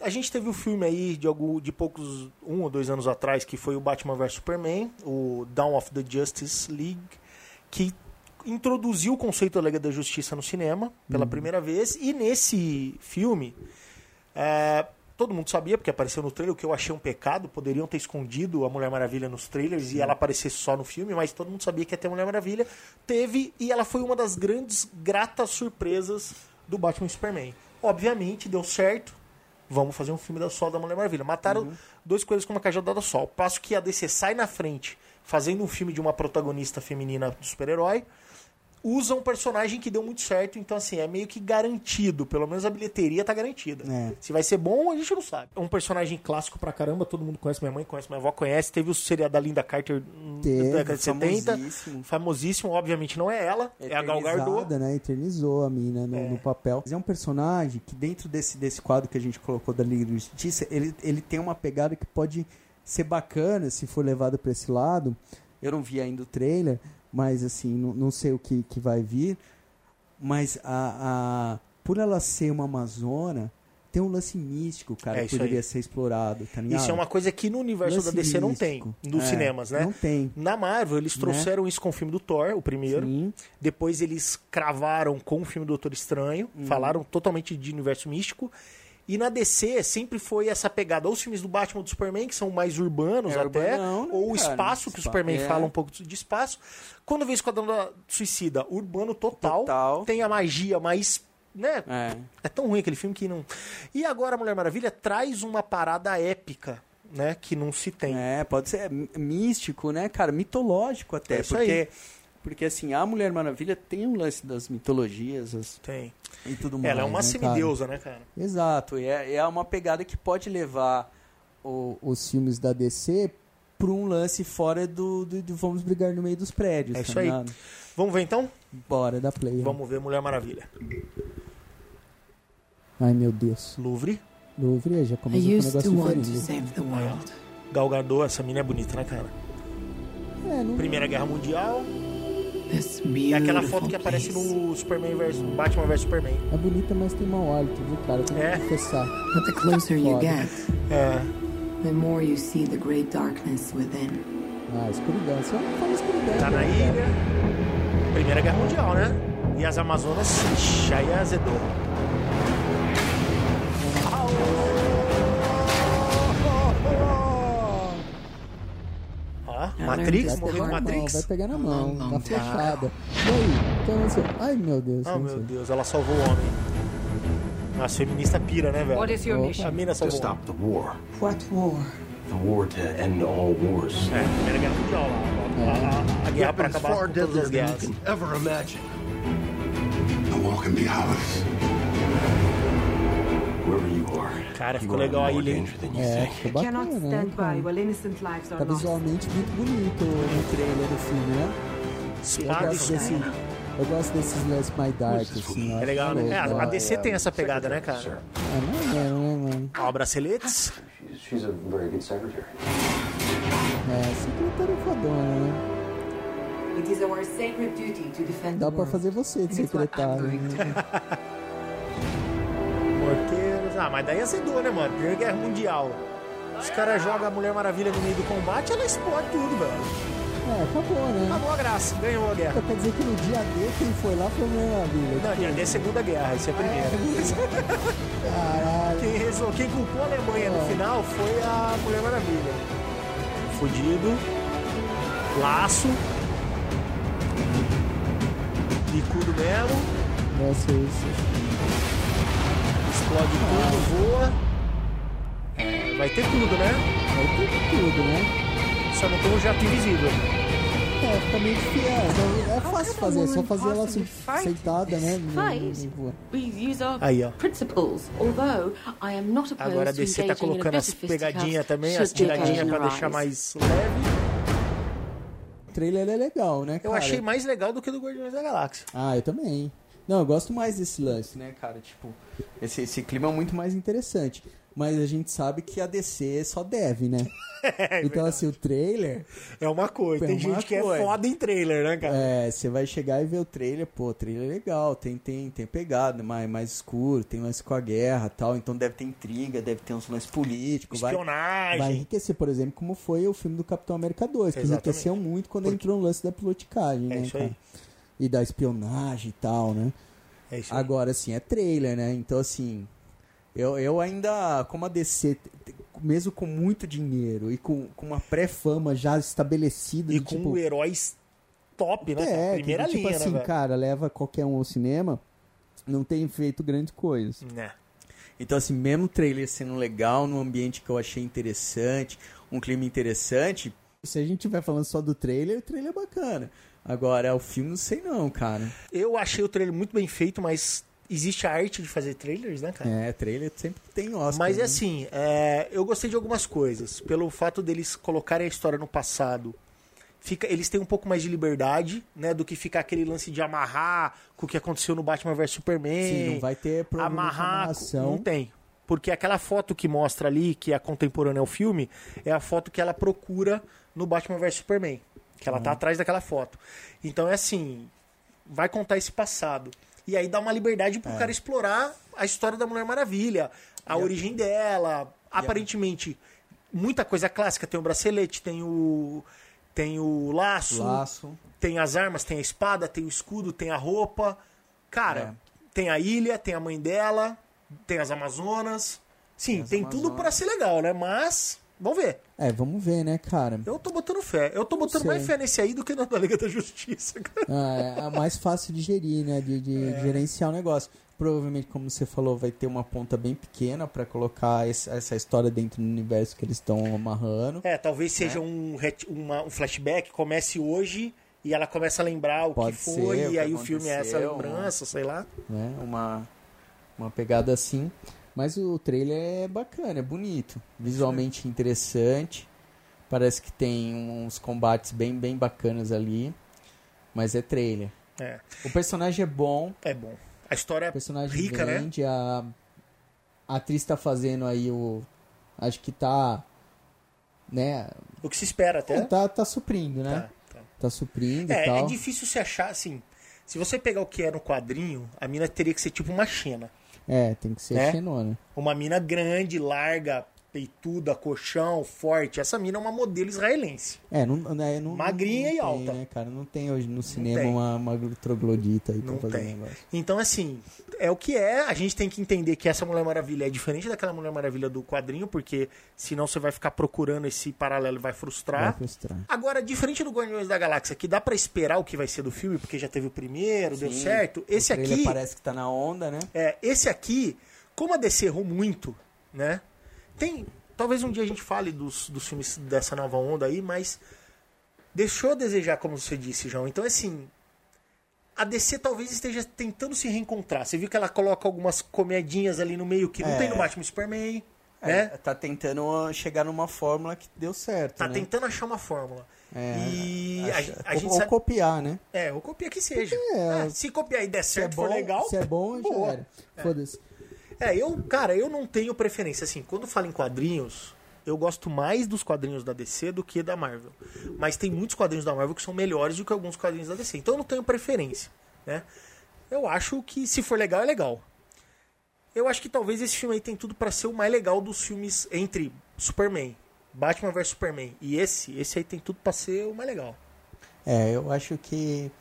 A gente teve o filme aí de algum, de poucos um ou dois anos atrás que foi o Batman vs Superman, o Dawn of the Justice League, que introduziu o conceito da Liga da Justiça no cinema pela Uhum. primeira vez e nesse filme é, todo mundo sabia porque apareceu no trailer o que eu achei um pecado poderiam ter escondido a Mulher Maravilha nos trailers e ela aparecer só no filme mas todo mundo sabia que ia ter a Mulher Maravilha teve e ela foi uma das grandes gratas surpresas do Batman e Superman obviamente deu certo vamos fazer um filme da Sol da Mulher Maravilha mataram dois coisas com uma cajadada só o passo que a DC sai na frente fazendo um filme de uma protagonista feminina do super herói usa um personagem que deu muito certo, então assim, é meio que garantido, pelo menos a bilheteria tá garantida. É. Se vai ser bom, a gente não sabe. É um personagem clássico pra caramba, todo mundo conhece, minha mãe conhece, minha avó conhece, teve o seriado da Linda Carter hum, Teve, da década de 70, famosíssimo. famosíssimo, obviamente não é ela, é a Gal Gadot. eternizada, né? Eternizou a mina no, no papel. Mas é um personagem que dentro desse, desse quadro que a gente colocou da Liga da Justiça, ele, ele tem uma pegada que pode ser bacana se for levado pra esse lado. Eu não vi ainda o trailer, mas assim, não, não sei o que, que vai vir. Mas a, a- por ela ser uma amazona, tem um lance místico, cara, É que isso poderia aí. ser explorado, tá ligado? Isso é uma coisa que no universo Lance da DC não místico. tem, nos É, cinemas, né? Não tem. Né? Na Marvel, eles trouxeram isso com o filme do Thor, o primeiro. Sim. Depois eles cravaram com o filme do Doutor Estranho, Hum. falaram totalmente de universo místico. E na DC sempre foi essa pegada. Ou os filmes do Batman e do Superman, que são mais urbanos É, até, urbanão, né, ou o cara? espaço, que o Espa- Superman é. fala um pouco de espaço. Quando vê o Esquadrão da Suicida, urbano total, Total. tem a magia mais. Né? É. É tão ruim aquele filme que não. E agora a Mulher Maravilha traz uma parada épica, né? Que não se tem. É, pode ser mí- místico, né, cara? Mitológico até. É isso porque, aí. porque, assim, a Mulher Maravilha tem um lance das mitologias as- Tem. e tudo mais. Ela é uma né, semideusa, né, cara? cara? Exato. E é, é uma pegada que pode levar o, Os filmes da DC pra um lance fora do, do- do Vamos Brigar no Meio dos Prédios. É tá isso aí. ligado? Vamos ver então? Bora da Play. Vamos ver Mulher Maravilha. Ai, meu Deus. Louvre. Louvre já I começou com um used to negócio want to diferente. save the world. Gal Gadot, essa mina é bonita, né, cara? É, não... Primeira Guerra Mundial. This E beautiful aquela foto que aparece place. no Superman versus Batman vs Superman. É bonita, mas tem mau hálito, viu, cara? Tem É. que [LAUGHS] confessar. But the closer you Foda. get, É. the more you see the great darkness within. Ah, escuridão. Só não fala escuridão. Tá na ilha. Primeira Guerra Mundial, né? E as Amazonas. Ixi, aí azedou. Aô! Ó, Matrix, Alerta morreu da Não, vai Matrix. pegar na Não, mão. Tá não, não. flechada. E aí? Então, assim, Ai, meu Deus. Oh, não meu sei. Deus, ela salvou o homem. As feministas pira, né, velho? What is your A mission? mina to salvou. stop the war. What war? The war to end all wars. É, Primeira Guerra Mundial lá. A, a, a guerra pra Weapons acabar far com todas deadlier than as you guerras. can ever imagine. I'm walking behind us. Wherever you are, Cara, you ficou are in legal more aí, ele- danger than you É, think. ficou I bacana, cannot né, stand by cara? while innocent lives are Tá lost. visualmente muito bonito o trailer do filme, né? Eu Ah, gosto desse. Eu gosto desses Less My Dark, assim. ó. É legal, né? É, a a DC tem essa pegada, né, Sir. cara? É maneiro, né, mano? Ó, braceletes. She's, she's a very good secretary. É, secretário fodona, né? It is our sacred duty to defend Dá the pra world. fazer você de It's what I'm secretário. going né? to do. Morteiros. Ah, mas daí azedou, né, mano? Primeira Guerra Mundial. Os caras jogam a Mulher Maravilha no meio do combate, ela explode tudo, velho. É, acabou, né? Acabou a graça, ganhou a guerra. Então Quer dizer que no dia D quem foi lá foi o meu amigo. Não, já é a Segunda Guerra, isso é a primeira. Caralho. Quem, resol... Quem culpou a Alemanha no final foi a Mulher Maravilha. Fudido. Laço. Bicudo mesmo. Nossa, isso. Explode tudo, voa. É, vai ter tudo, né? Aí tem tudo, né? Só não tem um jato invisível. É, fica meio fiel. É fácil fazer, é só fazer ela assim, sentada, né? No- Fight. no- no- We use our Aí, ó. principles, although I am not opposed Agora a to DC tá engaging in a bit colocando of as fisticuffs pegadinhas também, should as the tiradinhas occasion pra arise. deixar mais leve. O trailer é legal, né, Eu cara? achei mais legal do que do Guardiões da Galáxia. Ah, eu também. Não, eu gosto mais desse lance, né, cara? Tipo, esse, esse clima é muito mais interessante. Mas a gente sabe que a DC só [LAUGHS] deve, né? então, assim, o trailer, É uma coisa. É Tem uma gente que é coisa. foda em trailer, né, cara? é, você vai chegar e ver o trailer, pô, o trailer é legal, tem, tem, tem pegada, mais, mais escuro, tem lance com a guerra tal, então deve ter intriga, deve ter uns lances É, políticos, vai, Espionagem. vai enriquecer, por exemplo, como foi o filme do Capitão América 2, que Exatamente. enriqueceu muito quando entrou no lance da piloticagem, É né, isso aí. cara? E da espionagem e tal, né? É isso aí. Agora, assim, é trailer, né? Então, assim, eu, eu ainda, como a DC, t- t- mesmo com muito dinheiro e com, com uma pré-fama já estabelecida, E de, com tipo, heróis top, né? cara? é, que, Primeira tipo linha, assim, né, velho? cara, leva qualquer um ao cinema, não tem feito grande coisa. Né. Então, assim, mesmo o trailer sendo legal, num ambiente que eu achei interessante, um clima interessante, se a gente estiver falando só do trailer, o trailer é bacana. Agora, o filme, não sei não, cara. Eu achei o trailer muito bem feito, mas existe a arte de fazer trailers, né, cara? É, trailer sempre tem Oscar. Mas é né? assim, é, eu gostei de algumas coisas. Pelo fato deles colocarem a história no passado, fica, eles têm um pouco mais de liberdade, né? Do que ficar aquele lance de amarrar com o que aconteceu no Batman vs Superman. Sim, não vai ter problema amarrar. Não amarração. tem. Porque aquela foto que mostra ali, que é contemporânea ao filme, é a foto que ela procura no Batman vs Superman. Que ela tá Uhum. atrás daquela foto. Então é assim, vai contar esse passado. E aí dá uma liberdade pro cara explorar a história da Mulher Maravilha, É. a origem dela. Aparentemente, muita coisa clássica. Tem o bracelete, tem o. Tem o laço, Laço. tem as armas, tem a espada, tem o escudo, tem a roupa. Cara, tem a ilha, tem a mãe dela, tem as Amazonas. Sim, tem tudo pra ser legal, né? Mas, vamos ver. É, vamos ver, né, cara? Eu tô botando fé. Eu tô botando sei. mais fé nesse aí do que na da Liga da Justiça, cara. Ah, é a mais fácil de gerir, né? De, de gerenciar o negócio. Provavelmente, como você falou, vai ter uma ponta bem pequena pra colocar esse- essa história dentro do universo que eles estão amarrando. É, talvez Né? seja um, ret- uma- um flashback, comece hoje e ela começa a lembrar o Pode que ser, foi, o e que aí o filme é essa aconteceu, lembrança, sei lá. né? Uma, uma pegada assim. Mas o trailer é bacana, é bonito. Visualmente interessante. Parece que tem uns combates bem, bem bacanas ali. Mas é trailer. É, O personagem é bom. é bom. A história é personagem rica, né? grande, a, a atriz tá fazendo aí o. Acho que tá. Né? O que se espera até. Tá, tá suprindo, né? É. tá. Tá, suprindo e É, tal. é difícil se achar, assim. Se você pegar o que é no quadrinho, a mina teria que ser tipo uma Xena. É, tem que ser Né? xenona. Uma mina grande, larga, peituda, colchão, forte. Essa mina é uma modelo israelense. É, não, não- é, não- Magrinha não e tem, alta. Né, cara? Não tem hoje no cinema tem. uma, uma troglodita aí Não pra fazer um tem. negócio. Então, assim, é o que é. A gente tem que entender que essa Mulher Maravilha é diferente daquela Mulher Maravilha do quadrinho, porque senão você vai ficar procurando esse paralelo e vai frustrar. Vai frustrar. Agora, diferente do Guardiões da Galáxia, que dá pra esperar o que vai ser do filme, porque já teve o primeiro, deu certo. Esse O trailer aqui. parece que tá na onda, né? É, esse aqui, Como a DC errou muito, né? Tem. Talvez um dia a gente fale dos, dos filmes dessa nova onda aí, mas deixou a desejar, como você disse, João. Então, assim, a DC talvez esteja tentando se reencontrar. Você viu que ela coloca algumas comedinhas ali no meio que não É. tem no Batman e Superman, É, né? Tá ah, tentando chegar numa fórmula que deu certo. Tá né? tentando achar uma fórmula. É, e a, acho- a ou- gente ou sabe... copiar, né? É, ou copia que seja. É. Ah, se copiar e der Se é certo, bom, for legal... se é bom, já boa. era. Foda-se. É, eu, cara, eu não tenho preferência. Assim, quando falo em quadrinhos, eu gosto mais dos quadrinhos da DC do que da Marvel. Mas tem muitos quadrinhos da Marvel que são melhores do que alguns quadrinhos da DC. Então eu não tenho preferência, né? Eu acho que se for legal, é legal. Eu acho que talvez esse filme aí tem tudo pra ser o mais legal dos filmes entre Superman, Batman vs Superman e esse, esse aí tem tudo pra ser o mais legal. [LAUGHS] É, eu acho que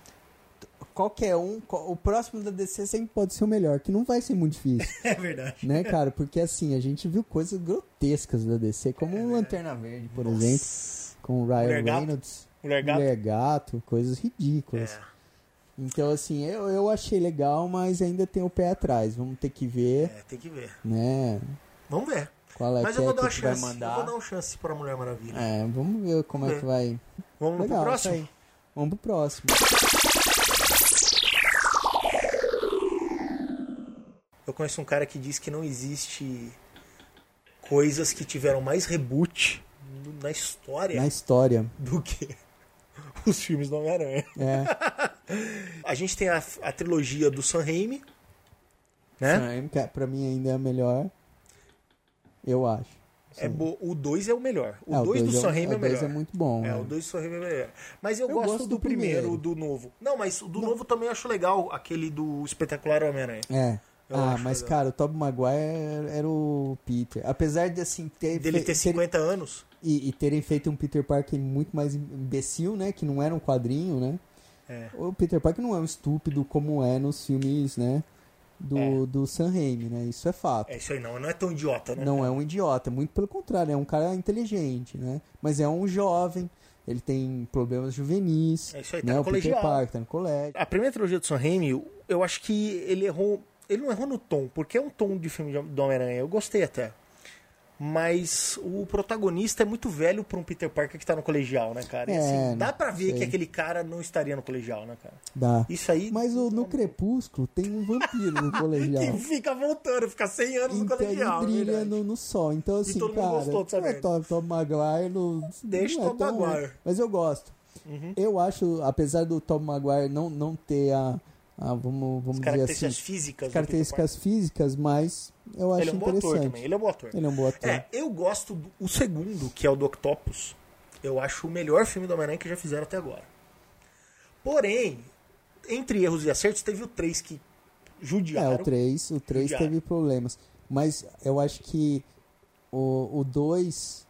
qualquer um, co- o próximo da DC sempre pode ser o melhor, que não vai ser [LAUGHS] muito difícil, É verdade. né, cara? Porque assim, a gente viu coisas grotescas da DC, É como o Lanterna Verde, por exemplo, com o Ryan Mulher Gato. Reynolds, Mulher Gato. Mulher Gato, coisas ridículas. É. Então, assim, eu, eu achei legal, mas ainda tem o pé atrás. Vamos ter que ver, É, tem que ver. né? Vamos ver. Qual é Mas que eu vou é dar que uma tu vai chance. Eu mandar. vou dar uma chance pra Mulher Maravilha. É, vamos ver como é que vai. Hum. Vamos Legal, pro próximo? isso aí. Vamos pro próximo. Eu conheço um cara que diz que não existe coisas que tiveram mais reboot no- na história Na história. do que [LAUGHS] os filmes do Homem-Aranha. É. A gente tem a, a trilogia do Sam Raimi, né? Sam, que pra mim ainda é a melhor. Eu acho. É bo- O 2 é o melhor. É, O 2 do dois Sam é, Raimi é o dois melhor. é muito bom. É, né? o 2 do Sam Raimi é o melhor. Mas eu, Eu gosto, do, primeiro, primeiro. do novo. Não, mas o do novo também eu acho legal, aquele do espetacular Homem-Aranha. É. Eu ah, acho mas legal. cara, o Tobey Maguire era, era o Peter. Apesar de assim ter, Dele fe- ter 50 anos. e, e terem feito um Peter Parker muito mais imbecil, né? Que não era um quadrinho, né? É. O Peter Parker não é um estúpido como é nos filmes, né? Do, do Sam Raimi, né? Isso é fato. É isso aí, não. Não é tão idiota, né? Não é um idiota, muito pelo contrário, é um cara inteligente, né? Mas é um jovem, ele tem problemas juvenis. É isso aí, tá né? no o Peter colegial. Parker, tá no colégio. A primeira trilogia do Sam Raimi, eu acho que ele errou. Ele não errou no tom, porque é um tom de filme de- do Homem-Aranha. Eu gostei até. Mas o protagonista é muito velho pra um Peter Parker que tá no colegial, né, cara? E, É, assim, dá não pra ver sei. que aquele cara não estaria no colegial, né, cara? Dá. Isso aí. Mas o, no Crepúsculo tem um [LAUGHS] vampiro no colegial. Que fica voltando, fica 100 anos no Então ele colegial. é brilha verdade. no, no sol. Então, assim, todo mundo cara, gostou dessa não é merda. Tom, Tom Maguire não, Deixa não é o Tom tão ruim, Maguire. Uhum. Mas eu gosto. Eu acho, apesar do Tom Maguire não, não ter a, a vamos, vamos dizer assim, Características físicas. do características físicas, mas Peter Parker. eu acho Ele é um bom ator interessante. também. Ele é um bom ator. Ele é um bom ator. É, eu gosto do o segundo, que é o do Octopus. Eu acho o melhor filme do Homem-Aranha que já fizeram até agora. Porém, entre erros e acertos, teve o 3 que É, judiaram. o 3, o 3 Judiaram. teve problemas. Mas eu acho que o 2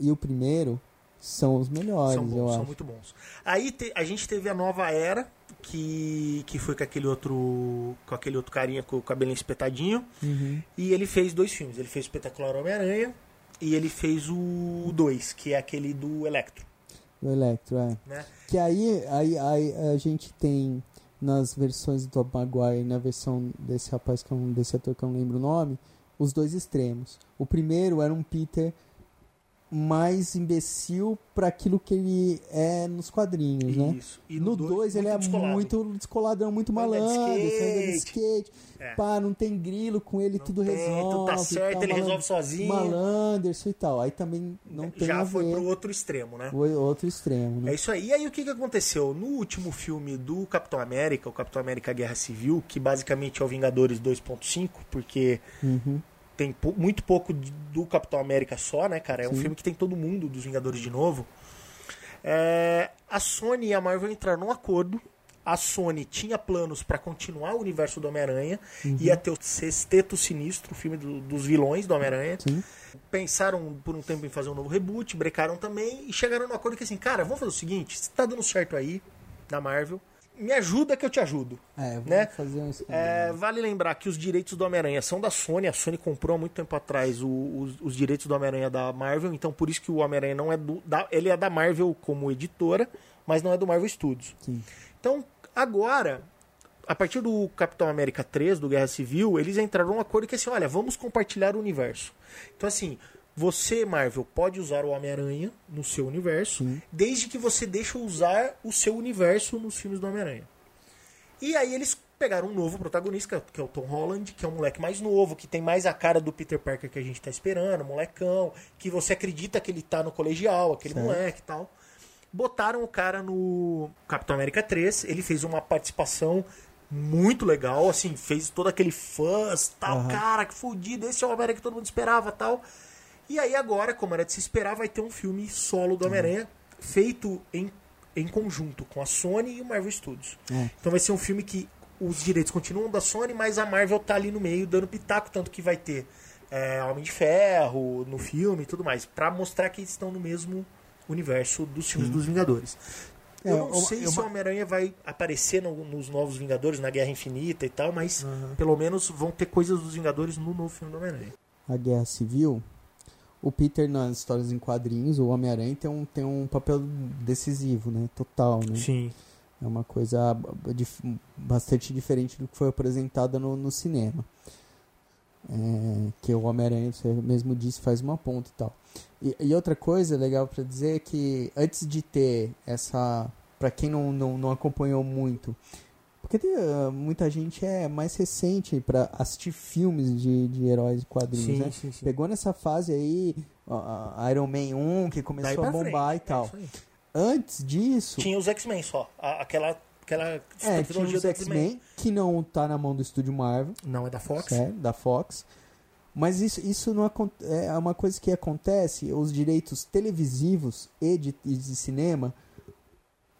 e o primeiro são os melhores, são eu bons, acho. são muito bons. Aí te- a gente teve a nova era, que, que foi com aquele outro. com aquele outro carinha com o cabelinho espetadinho. Uhum. E ele fez dois filmes. Ele fez o Espetacular Homem-Aranha e ele fez o 2, que é aquele do Electro. O Electro, é. Né? Que aí, aí, aí a gente tem nas versões do Bob Maguire e na versão desse rapaz, que eu, não- desse ator que eu não lembro o nome, os dois extremos. O primeiro era um Peter mais imbecil para aquilo que ele é nos quadrinhos, né? Isso. E no dois, 2 ele é descolado. muito descoladão, muito Anda de malandro, anda de skate. skate. É. Pá, não tem grilo com ele, tudo tem, resolve. tudo tá certo, ele malan- resolve sozinho. Malanderson e tal. Aí também não tem já a foi ver. pro outro extremo, né? Foi outro extremo, né? É isso aí. E aí o que, que aconteceu? No último filme do Capitão América, o Capitão América Guerra Civil, que basicamente é o Vingadores 2.5, porque Uhum. tem pou- muito pouco de- do Capitão América só, né, cara? É um filme que tem todo mundo dos Vingadores de novo. É, a Sony e a Marvel entraram num acordo. A Sony tinha planos pra continuar o universo do Homem-Aranha, Uhum. ia ter o Sexteto Sinistro, o filme do- dos vilões do Homem-Aranha. Pensaram por um tempo em fazer um novo reboot, brecaram também e chegaram num acordo que assim, cara, vamos fazer o seguinte: se tá dando certo aí, na Marvel, me ajuda que eu te ajudo. É, vamos né? fazer um esquema. É, vale lembrar que os direitos do Homem-Aranha são da Sony. A Sony comprou há muito tempo atrás o- os, os direitos do Homem-Aranha da Marvel. Então, por isso que o Homem-Aranha não é do. Da, ele é da Marvel como editora, mas não é do Marvel Studios. Sim. Então, agora, a partir do Capitão América 3, do Guerra Civil, eles entraram num acordo que assim, olha, vamos compartilhar o universo. Então assim, você, Marvel, pode usar o Homem-Aranha no seu universo, desde que você deixe usar o seu universo nos filmes do Homem-Aranha. E aí eles pegaram um novo protagonista, que é o Tom Holland, que é um moleque mais novo, que tem mais a cara do Peter Parker que a gente tá esperando, molecão, que você acredita que ele tá no colegial, aquele moleque e tal. Botaram o cara no Capitão América 3, ele fez uma participação muito legal, assim, fez todo aquele fãs, tal, cara, que fudido, esse é o Homem-Aranha que todo mundo esperava, tal. E aí agora, como era de se esperar, vai ter um filme solo do Homem-Aranha feito em, em conjunto com a Sony e o Marvel Studios. É. Então vai ser um filme que os direitos continuam da Sony, mas a Marvel tá ali no meio dando pitaco, tanto que vai ter é, Homem de Ferro no filme e tudo mais, pra mostrar que eles estão no mesmo universo dos filmes dos Vingadores. É, Eu não uma- sei é se o Homem-Aranha vai aparecer no- nos Novos Vingadores, na Guerra Infinita e tal, mas pelo menos vão ter coisas dos Vingadores no novo filme do Homem-Aranha. a Guerra Civil, o Peter nas histórias em quadrinhos, o Homem-Aranha tem um, tem um papel decisivo, né? Total, né? Sim. É uma coisa b- b- dif- bastante diferente do que foi apresentada no, no cinema. É, que o Homem-Aranha, você mesmo disse, faz uma ponta e tal. E, e outra coisa legal pra dizer é que antes de ter essa. Pra quem não, não, não acompanhou muito. Porque tem, ah, muita gente é mais recente pra assistir filmes de, de heróis e quadrinhos, Sim, né? sim, sim. Pegou nessa fase aí, a- a Iron Man 1, que Daí começou pra a bombar frente, e é tal. isso aí. Antes disso, Tinha os X-Men só. a- aquela. aquela é, tinha trilogia os do X-Men, que não tá na mão do estúdio Marvel, Não é da Fox? certo? da Fox. Mas isso, isso não acon- é uma coisa que acontece, os direitos televisivos e de, e de cinema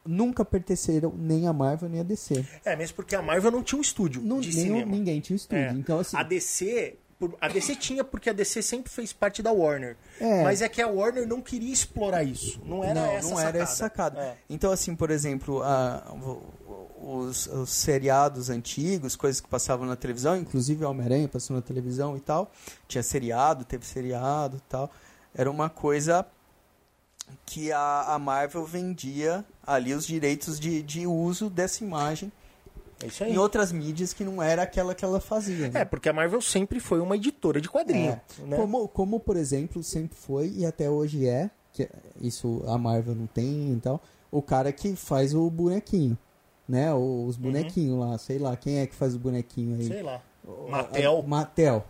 nunca pertenceram nem a Marvel nem a DC. É, mesmo porque a Marvel não tinha um estúdio Não, de nem- cinema. ninguém tinha o estúdio. É. Então, assim, A DC. por- A DC tinha porque a DC sempre fez parte da Warner. É. Mas é que a Warner não queria explorar isso. Não era não, essa não sacada. era essa sacada. É. Então, assim, por exemplo, a- o- os, os seriados antigos, coisas que passavam na televisão, inclusive Homem-Aranha passou na televisão e tal, tinha seriado, teve seriado e tal, era uma coisa que a, a Marvel vendia ali os direitos de, de uso dessa imagem É isso aí. em outras mídias que não era aquela que ela fazia. né? É, porque a Marvel sempre foi uma editora de quadrinho. É. né? Como, como, por exemplo, sempre foi e até hoje é, que isso a Marvel não tem e tal, o cara que faz o bonequinho, né? O- Os bonequinhos lá, sei lá, quem é que faz o bonequinho aí? Uhum. Sei lá. O- Mattel. Uhum. a- Mattel.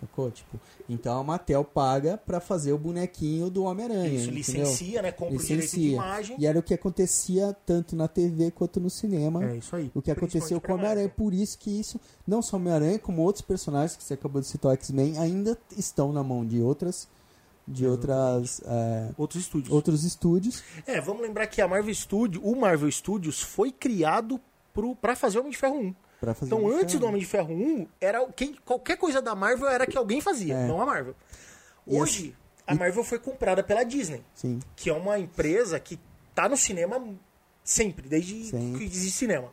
Sacou? Tipo, então a Mattel paga pra fazer o bonequinho do Homem-Aranha. Isso, entendeu? licencia, né? Compra o direito de Licencia. imagem. E era o que acontecia tanto na TV quanto no cinema. É isso aí. O que aconteceu Principalmente pra com o Homem-Aranha. Por isso que isso, não só Homem-Aranha, como outros personagens que você acabou de citar, X-Men, ainda estão na mão de outras. De outras. é, Outros estúdios. outros estúdios. É, vamos lembrar que a Marvel Studio, o Marvel Studios foi criado pro, pra fazer Homem de Ferro 1. Pra fazer então, Homem de antes Ferro. um. do Homem de Ferro 1, era quem, qualquer coisa da Marvel era que alguém fazia, não a Marvel. É. E Hoje, a Marvel foi comprada pela Disney, Sim. que é uma empresa que tá no cinema sempre, desde Sempre. que existe cinema.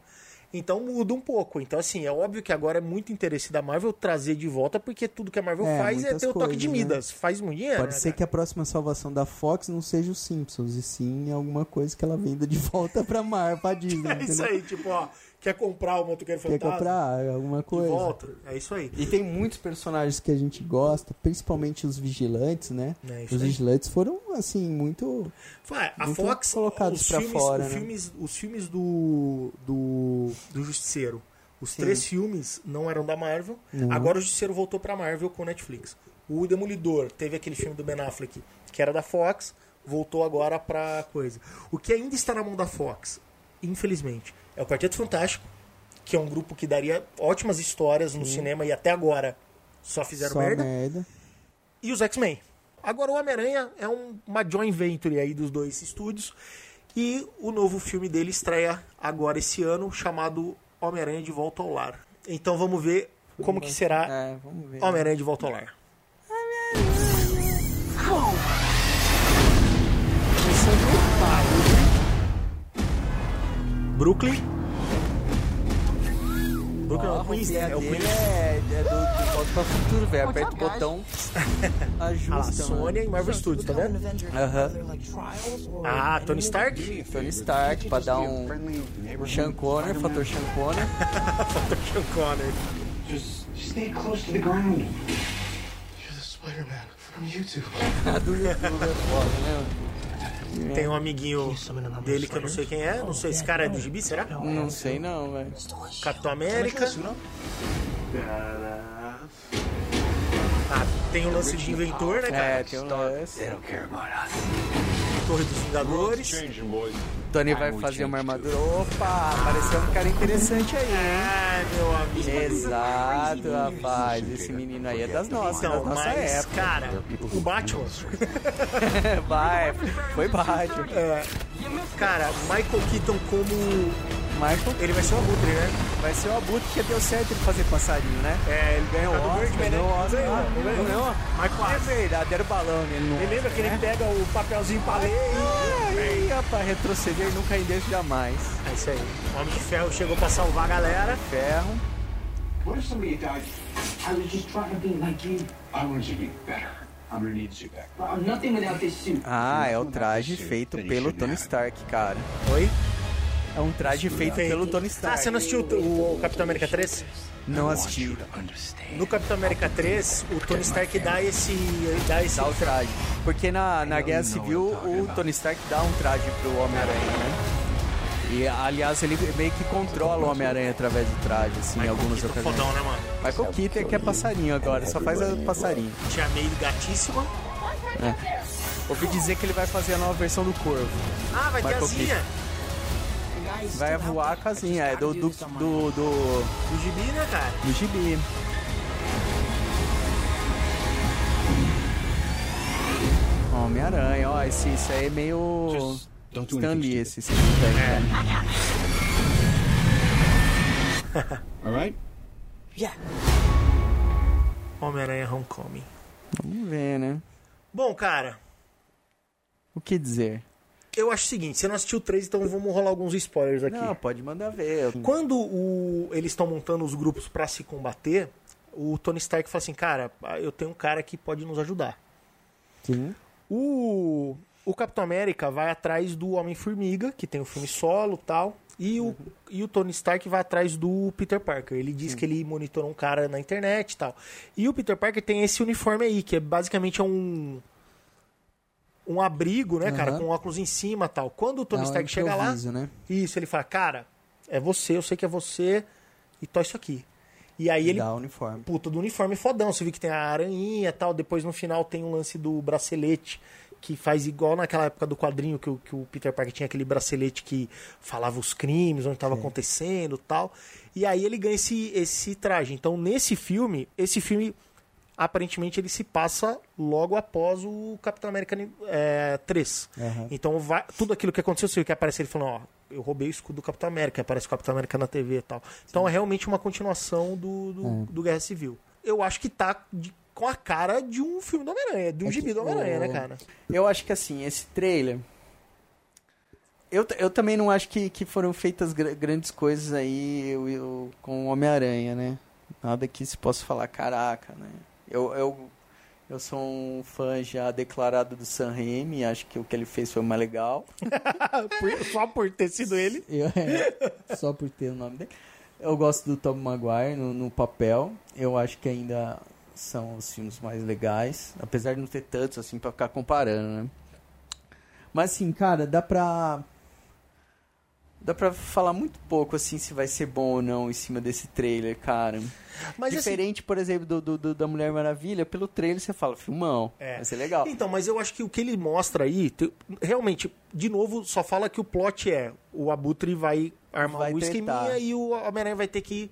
Então muda um pouco. Então, assim, é óbvio que agora é muito interesse da Marvel trazer de volta, porque tudo que a Marvel É, faz é muitas ter o toque de coisas, né? Midas. Faz muito dinheiro. Pode né, ser cara? que a próxima salvação da Fox não seja os Simpsons, e sim alguma coisa que ela venda de volta pra Mar, pra Disney. [LAUGHS] É isso entendeu? aí, tipo, ó, quer comprar o motoqueiro Quer fantasma? comprar alguma de coisa. volta. É isso aí. E tem muitos personagens que a gente gosta, principalmente os vigilantes, né? É isso os aí. vigilantes foram, assim, muito. Vai, a Muito Fox, colocados os pra filmes, fora, os, né? filmes, os filmes do, do, do Justiceiro. Os três filmes não eram da Marvel. Agora o Justiceiro voltou pra Marvel com Netflix. O Demolidor teve aquele filme do Ben Affleck, que era da Fox, voltou agora pra coisa. O que ainda está na mão da Fox, infelizmente, é o Quarteto Fantástico, que é um grupo que daria ótimas histórias no cinema e até agora só fizeram só merda. merda. e os X-Men. Agora o Homem-Aranha é um- uma joint venture aí dos dois estúdios. E o novo filme dele estreia agora esse ano, chamado Homem-Aranha de Volta ao Lar. Então vamos ver como que será É, vamos ver. Homem-Aranha de Volta ao Lar. Brooklyn. Brooklyn Ó, não, a é Queens, né? roupinha É o dele Queens. é, é do, do Volta pra Futuro, velho. Aperta o botão, Ah, lá, [LAUGHS] ajusta. mano. Sônia e Marvel Studios, Então, tá vendo? Aham. Ah, Tony [LAUGHS] Stark? Tony Stark, pra dar um Sean Connor, fator Sean Connor. Falta o Sean Connery. Stay close to the ground. You're the Spider-Man from YouTube. A do YouTube é foda, Tem um é amiguinho dele que eu não sei quem é. Não sei, esse cara é do gibi, será? né? Não sei não, é velho. Capitão América. Ah, tem o lance de inventor, né, cara? É, tem um lance. Torre dos Vingadores. Tony vai fazer uma armadura. Opa, apareceu um cara interessante aí, hein? Ah, meu amigo. Exato, rapaz. Esse menino aí é das nossas, da Então, nossa mas, época. cara, o Batman, [LAUGHS] Vai, foi baixo. cara, Michael Keaton como. Michael Ele vai ser o Abutre, né? vai ser o Abutre, porque deu certo ele fazer passarinho, né? É, ele Ganhou o do Oscar, Birdman, né? ganhou o Oscar. Ganhou, Ah, ganhou. ganhou? Michael É Astor. verdade, deram balão né? nele no Você lembra que ele pega o papelzinho pra ler É, e rapaz, retroceder nunca em Deus jamais. e... É isso aí. O Homem de Ferro chegou pra salvar a galera. Ferro. What if somebody died? I was just trying to be like you. I wanted you to be better. I'm gonna need you back. Well, I'm nothing without this suit. Ah, é o traje feito pelo Tony Stark, cara. Oi? É um traje feito pelo Tony Ah, você Stark. não assistiu o, o Capitão América 3? Não assisti. No Capitão América 3, o Tony Stark dá esse. Dá esse Dá o traje. Porque É, na, na Guerra Civil, o Tony Stark dá um traje pro Homem-Aranha, né? E, aliás, ele meio que controla o Homem-Aranha através do traje, assim, em algumas Keaton ocasiões. fodão, né, mano? Michael Keaton que é passarinho agora, só faz a passarinho. Tia May gatíssima. Ouvi dizer que ele vai fazer a nova versão do Corvo. Ah, vai ter Michael asinha. Vai voar a casinha, é do, do, do, do, O gibi, né, cara? do gibi. Homem-Aranha, ó, esse, isso aí é meio... Stan Lee, esse escrito aí, É. né? Homem-Aranha Homecoming. Vamos ver, né? Bom, cara, O que dizer? eu acho o seguinte: você não assistiu o 3, então vamos rolar alguns spoilers aqui. Não, pode mandar ver. Quando o- eles estão montando os grupos pra se combater, o Tony Stark fala assim: cara, eu tenho um cara que pode nos ajudar. Sim. O, o Capitão América vai atrás do Homem-Formiga, que tem o filme solo e tal. E o, e o Tony Stark vai atrás do Peter Parker. Ele diz que ele monitorou um cara na internet e tal. E o Peter Parker tem esse uniforme aí, que é basicamente é um. Um abrigo, né, cara? Aham. Com óculos em cima e tal. Quando o Tony É um Stark chega lá. improviso, né? Isso, ele fala, cara, é você, eu sei que é você. E tó isso aqui. E aí ele Dá o uniforme. puta do uniforme fodão. Você viu que tem a aranhinha e tal. Depois no final tem um lance do bracelete. Que faz igual naquela época do quadrinho que, o- que o Peter Parker tinha aquele bracelete que falava os crimes, onde estava acontecendo tal. E aí ele ganha esse, esse traje. Então, nesse filme, esse filme aparentemente ele se passa logo após o Capitão América é, 3. Aham. Então vai, tudo aquilo que aconteceu, você viu que aparece ele falando, ó, eu roubei o escudo do Capitão América, aparece o Capitão América na TV e tal. Então é realmente uma continuação do, do, É. do Guerra Civil. Eu acho que tá de- com a cara de um filme do Homem-Aranha, de um É gibi do Homem-Aranha, né, cara? Eu acho que assim, esse trailer. Eu, t- eu também não acho que, que foram feitas gra- grandes coisas aí eu- eu- com o Homem-Aranha, né? Nada que se possa falar, caraca, né? Eu, eu, eu sou um fã já declarado do Sam Raimi, acho que o que ele fez foi mais legal. Por- só por ter sido ele. Eu, é, só por ter o nome dele. Eu gosto do Tom Maguire no, no papel. Eu acho que ainda são os filmes mais legais. Apesar de não ter tantos assim pra ficar comparando, né? Mas assim, cara, dá pra. Dá pra falar muito pouco assim se vai ser bom ou não em cima desse trailer, cara. Mas assim, Diferente, por exemplo, do, do- do- da Mulher Maravilha, pelo trailer você fala, filmão, É. vai ser legal. Então, mas eu acho que o que ele mostra aí, te- realmente, de novo, só fala que o plot é o Abutre vai armar Vai o tretar. esqueminha e o Homem-Aranha vai ter que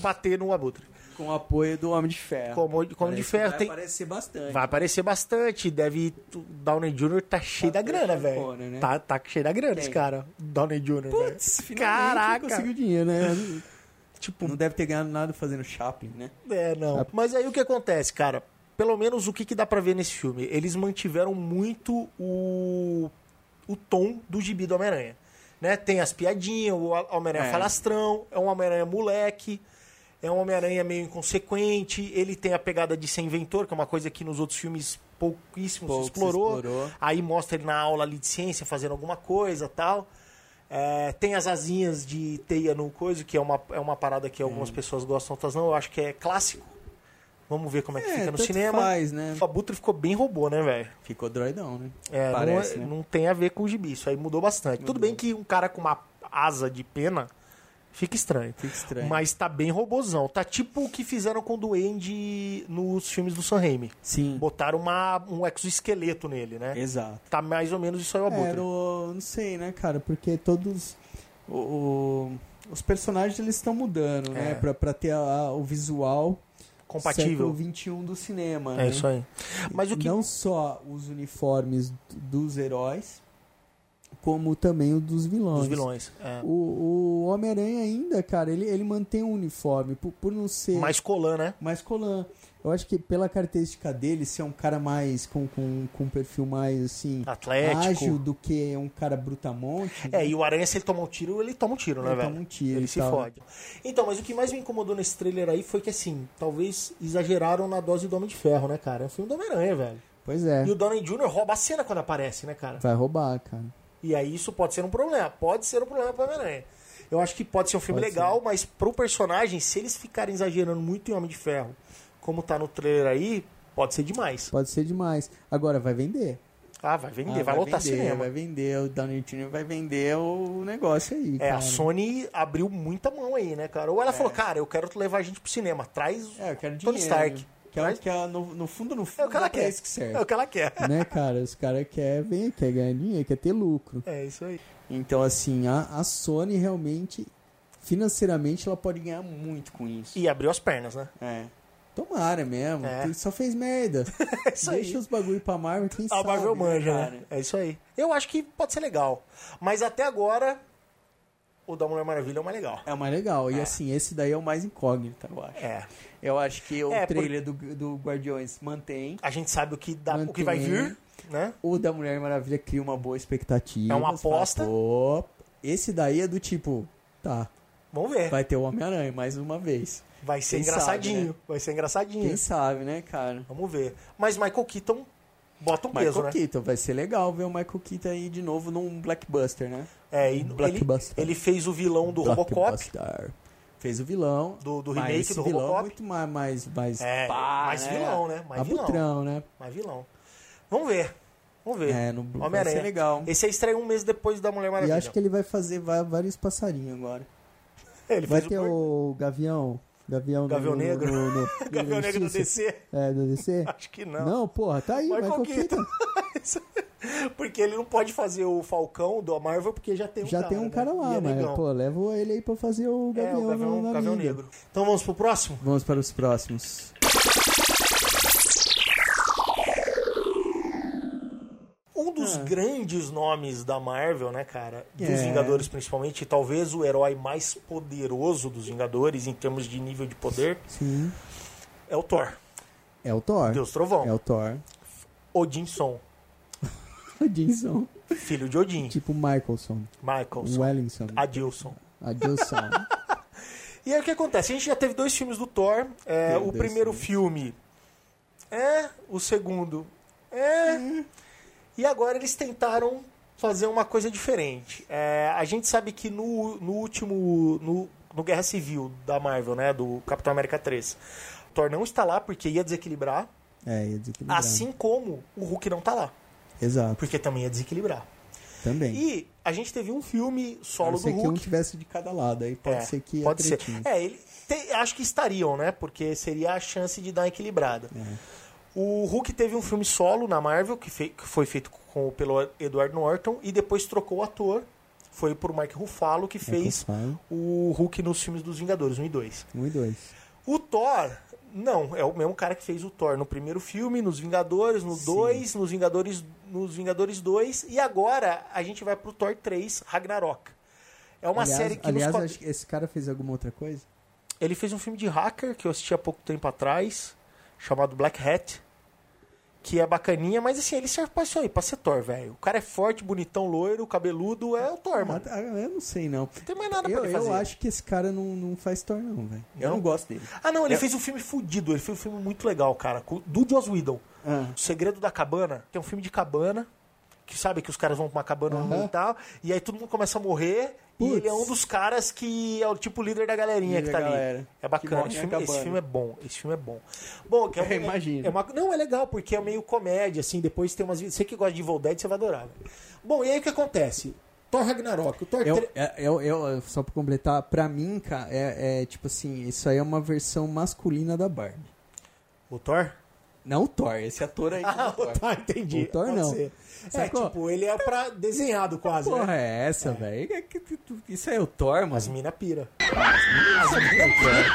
bater no Abutre. Com o apoio do Homem de Ferro. Como, como de É. Parece que ferro, vai tem- aparecer bastante. vai aparecer bastante. Deve. o Downey Jr. tá cheio da grana, cheio de velho. fora, né? Tá, tá cheio da grana, esse Quem? cara. Downey Jr. Putz, velho. finalmente Caraca! Conseguiu dinheiro, né? Tipo, Não deve ter ganhado nada fazendo Chaplin, né? É, não. Mas aí o que acontece, cara? Pelo menos o que, que dá pra ver nesse filme? Eles mantiveram muito o, o tom do gibi do Homem-Aranha. né? Tem as piadinhas, o Homem-Aranha É. falastrão, é um Homem-Aranha moleque, é um Homem-Aranha meio inconsequente, ele tem a pegada de ser inventor, que é uma coisa que nos outros filmes pouquíssimos Pouco se se explorou. explorou. Aí mostra ele na aula ali de ciência fazendo alguma coisa tal. É, tem as asinhas de teia no coisa, que é uma, é uma parada que algumas pessoas gostam, outras não. Eu acho que é clássico. Vamos ver como é que É, fica no tanto cinema. faz, né? O Abutre ficou bem robô, né, velho? Ficou droidão, né? É, Parece, não, é- né? não tem a ver com o gibi, isso aí mudou bastante. Tudo bem que um cara com uma asa de pena fica estranho. Fica estranho. Mas tá bem robozão. Tá tipo o que fizeram com o Duende nos filmes do Sam Raimi. Sim. Botaram uma, um exoesqueleto nele, né? Exato. Tá mais ou menos isso aí o Abutre. Era o- É, não sei, né, cara? Porque todos o- o- os personagens eles estão É. mudando, né? Pra, pra ter a- a- o visual Compatível. século XXI do cinema. né? É isso aí. Mas o que... né? Não Não só os uniformes dos heróis, como também o dos vilões. Os vilões. é. O, o Homem-Aranha ainda, cara, ele, ele mantém o uniforme, por, por não ser Mais Colan, né? mais colã. Eu acho que pela característica dele, ser um cara mais com, com, com um perfil mais assim Atlético. ágil do que um cara brutamonte. É, e o Aranha, se ele toma um tiro, ele toma um tiro, né, Ele velho? toma um tiro Ele e se tal. fode. Então, mas o que mais me incomodou nesse trailer aí foi que, assim, talvez exageraram na dose do Homem de Ferro, né, cara? É um filme do Homem-Aranha, velho. Pois é, E o Downey Jr. rouba a cena quando aparece, né, cara? vai roubar, cara. E aí isso pode ser um problema. Pode ser um problema pro Homem-Aranha. Eu acho que pode ser um filme Pode legal, mas pro personagem, se eles ficarem exagerando muito em Homem de Ferro, como tá no trailer aí, pode ser demais. Pode ser demais. Agora vai vender. Ah, vai vender, Ah, vai, lotar vender, cinema. Vai vender, o Downey Jr. vai vender o negócio aí. É, cara. a Sony abriu muita mão aí, né, cara? Ou ela falou, cara, eu quero levar a gente pro cinema, traz É, eu quero Tony dinheiro. Stark. Que é o- Traz- que é no, no fundo, no fundo, É o que ela é pra quer. isso que serve. É o que ela quer. né, cara? Os caras querem quer ganhar dinheiro, quer ter lucro. É isso aí. Então, assim, a, a Sony realmente, financeiramente, ela pode ganhar muito com isso. E abriu as pernas, né? [LAUGHS] É. Tomara mesmo. É. Tem- Só fez merda. [LAUGHS] isso aí. Deixa os bagulho pra [LAUGHS] Marvel, quem A sabe. Marvel né, manja, né? cara? É isso aí. Eu acho que pode ser legal. Mas até agora, o da Mulher Maravilha é o mais legal. É o mais legal. E assim, esse daí é o mais incógnito, eu acho. É. Eu acho que o É, por- trailer do, do Guardiões mantém. A gente sabe o que, dá, o que vai vir, né? O da Mulher Maravilha cria uma boa expectativa. É uma Você fala, aposta. Pô, esse daí é do tipo, tá, Vamos ver. Vai, vai ter o Homem-Aranha mais uma vez. ser quem sabe, engraçadinho. né? Vai ser engraçadinho. Quem sabe, né, cara? Vamos ver. Mas Michael Keaton bota um Michael peso, né? Keaton, vai ser legal ver o Michael Keaton aí de novo num Blackbuster, né? É, e ele, Blockbuster. ele fez o vilão do Robocop. Blackbuster. Fez o vilão. Do- do mas remake esse do vilão Robocop. é muito mais, mais, mais, É, pá, mais vilão, né? Mais vilão. Abutrão, né? Mais vilão. Vamos ver. Vamos ver. É, no- vai Homem-Aranha. ser legal. Esse aí estreia um mês depois da Mulher E Maravilha. acho que ele vai fazer va- vários passarinhos agora. ele Vai fez ter o... o Gavião. Gavião, no- Gavião no- Negro. no- no- [LAUGHS] Gavião no Negro do Justiça. DC. É, do DC? [LAUGHS] Acho que não. Não, porra, tá aí, Michael Michael, Keaton. Keaton. [LAUGHS] Porque ele não pode fazer o Falcão do Marvel, porque já tem um Já cara. tem um né? cara E lá, é mas, negão. pô, leva ele aí pra fazer o É, Gavião, o Gavião, na Gavião vida. Negro. Então vamos pro próximo? Vamos para os próximos. Um dos grandes nomes da Marvel, né, cara? Dos É. Vingadores, principalmente, e talvez o herói mais poderoso dos Vingadores em termos de nível de poder, Sim. é o Thor. É o Thor. Deus Trovão. É o Thor. Odinson, Odinson. filho de Odin. Tipo Michaelson. Michaelson. Wellington. Adilson. [LAUGHS] Adilson. E aí o que acontece? A gente já teve dois filmes do Thor. É, Teve o dois primeiro filme é, o segundo é. Hum. E agora eles tentaram fazer uma coisa diferente. É, a gente sabe que no, no último. No, no Guerra Civil da Marvel, né? Do Capitão América 3. O Thor não está lá porque ia desequilibrar. é, ia desequilibrar. Assim como o Hulk não está lá, Exato, porque também ia desequilibrar. também. E a gente teve um filme A solo não do ser que um Hulk. tivesse de cada lado, aí pode É, ser que pode é ser. tretinho. É, ele te- acho que estariam, né? Porque seria a chance de dar uma equilibrada. É. O Hulk teve um filme solo na Marvel que, fe- que foi feito com, pelo Edward Norton e depois trocou o ator. Foi por Mark Ruffalo É, que fez Ruffalo. o Hulk nos filmes dos Vingadores 1 e 2. Um e dois. O Thor, não, é o mesmo cara que fez o Thor no primeiro filme, nos Vingadores, no 2, nos Vingadores, nos Vingadores 2 e agora a gente vai pro Thor 3, Ragnarok. É uma aliás, série que nos aliás quadri- acho que esse cara fez alguma outra coisa? ele fez um filme de hacker que eu assisti há pouco tempo atrás, chamado Black Hat, que é bacaninha, mas assim, ele serve pra isso aí, pra ser Thor, velho. O cara é forte, bonitão, loiro, cabeludo, é o Thor, mano. Ah, eu não sei, não. Não tem mais nada pra Eu, ele eu fazer. acho que esse cara não, não faz Thor, não, velho. Eu Eu- não gosto dele. Ah, não, ele fez um filme fudido. Ele fez um filme muito legal, cara. com- Do Joss Whedon. Ah. O Segredo da Cabana, que é um filme de cabana. Que sabe que os caras vão pra uma cabana Aham. e tal. E aí todo mundo começa a morrer. Putz. E ele é um dos caras que é o tipo líder da galerinha Líder que tá da ali. galera. É bacana. Que Esse morre na filme, esse cabana. filme é bom. Esse filme é bom. Bom, [LAUGHS] que é um- Eu imagino. é uma- não, é legal, porque é meio comédia, assim. Depois tem umas. Você que gosta de Evil Dead, você vai adorar. velho. Bom, e aí o que acontece? Thor Ragnarok. O Thor Eu, tre- é- eu, eu- só pra completar, pra mim, cara, é, é tipo assim, isso aí é uma versão masculina da Barbie. O Thor? Não o Thor, esse ator aí. Ah, [LAUGHS] não o é Thor, entendi. O Thor Pode não. ser. É, Sacou? tipo, ele é pra desenhado quase, né? Porra, é essa, velho? É que tu- tu- Isso aí é o Thor, As mas mina [LAUGHS] pira. Tá As mina pira.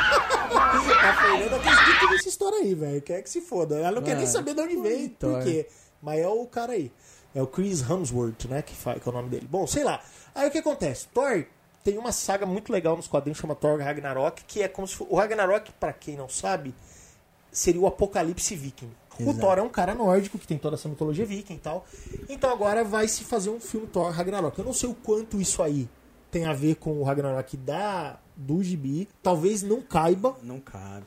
A Fernanda quer escutar toda essa história aí, velho. Quer que se foda. Ela não quer nem Ah, saber de onde vem, Thor. por quê. Mas é o cara aí. É o Chris Hemsworth, né? Que, fa- que é o nome dele. Bom, sei lá. Aí o que acontece? Thor tem uma saga muito legal nos quadrinhos chama Thor Ragnarok, que é como se fo- O Ragnarok, pra quem não sabe, seria o apocalipse viking. O Thor é um cara nórdico que tem toda essa mitologia viking e tal. Então agora vai se fazer um filme Thor Ragnarok. Eu não sei o quanto isso aí tem a ver com o Ragnarok da do gibi. Talvez não caiba. não cabe.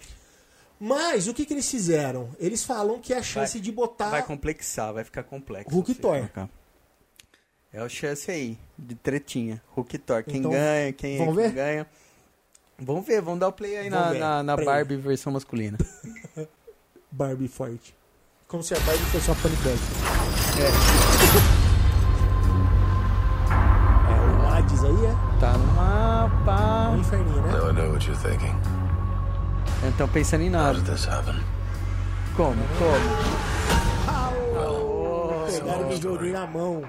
Mas o que, que eles fizeram? Eles falam que é a chance Vai- de botar. Vai complexar, vai ficar complexo. Hulk e você Thor. colocar. É o chance aí, de tretinha. Hulk e Thor, quem Então, ganha, quem, vamos quem ver? ganha. Vamos ver, vamos dar o play aí Vamos na, ver, na, na play. Barbie versão masculina. Barbie forte. Como se a Barbie fosse uma paniquete. É. é. O Hades aí é Tá no um mapa. inferninho, né? I know what you're thinking. Eu Não tão pensando em nada. this happen? Como? Como? Pegaram o joguinho na mão.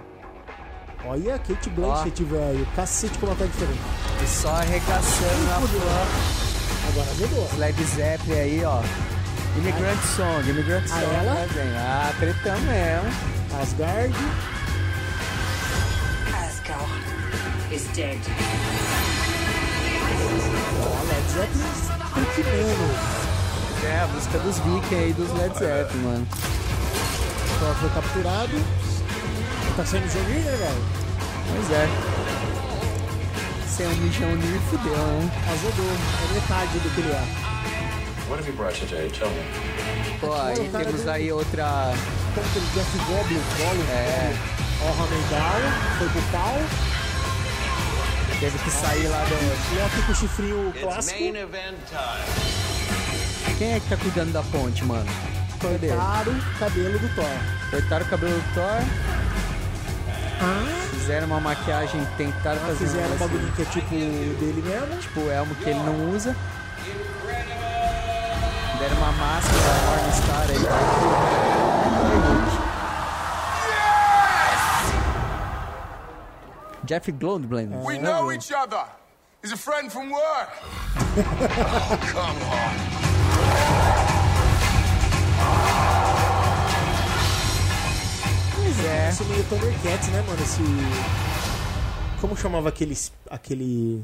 Olha a Kate Blanchett, velho. Cacete como ela tá diferente. E só arregaçando na fã. Agora mudou. Led Zeppelin aí, ó. Immigrant Song, Immigrant Song. ela? né, velho? Ah, tretão mesmo. Asgard. Asgard is dead. Ó, Led Zeppelin. Tranquilano. É, a música dos Vikings aí, dos Led Zeppelin, mano. Só foi capturado. Tá saindo o joguinho, né, velho? Pois é. Sem um mijão nem fudeu, hein? Azedou. É metade do que ele é. What have you brought today? Tell me. Pô, aí cara temos dele- aí outra. Tanto que ele Jeff Goblin, Gollum. É. Ó, Ramendal. Foi pro pau. Teve que sair lá do. Loki com o chifrinho clássico. event time. Quem é que tá cuidando da ponte, mano? Foi dele. Caro cabelo do Thor. Cortaram o cabelo do Thor, fizeram uma maquiagem, tentaram fazer Ah. Fizeram um um bagulho que é tipo dele mesmo. tipo o elmo que ele não usa. Deram uma máscara da Morningstar aí. Tá aqui. tá? Jeff Goldblum. We know each other. He's a friend from work. Come on. Pois é. Esse meio Thundercats, né, mano? Esse. Como chamava aquele. Aquele.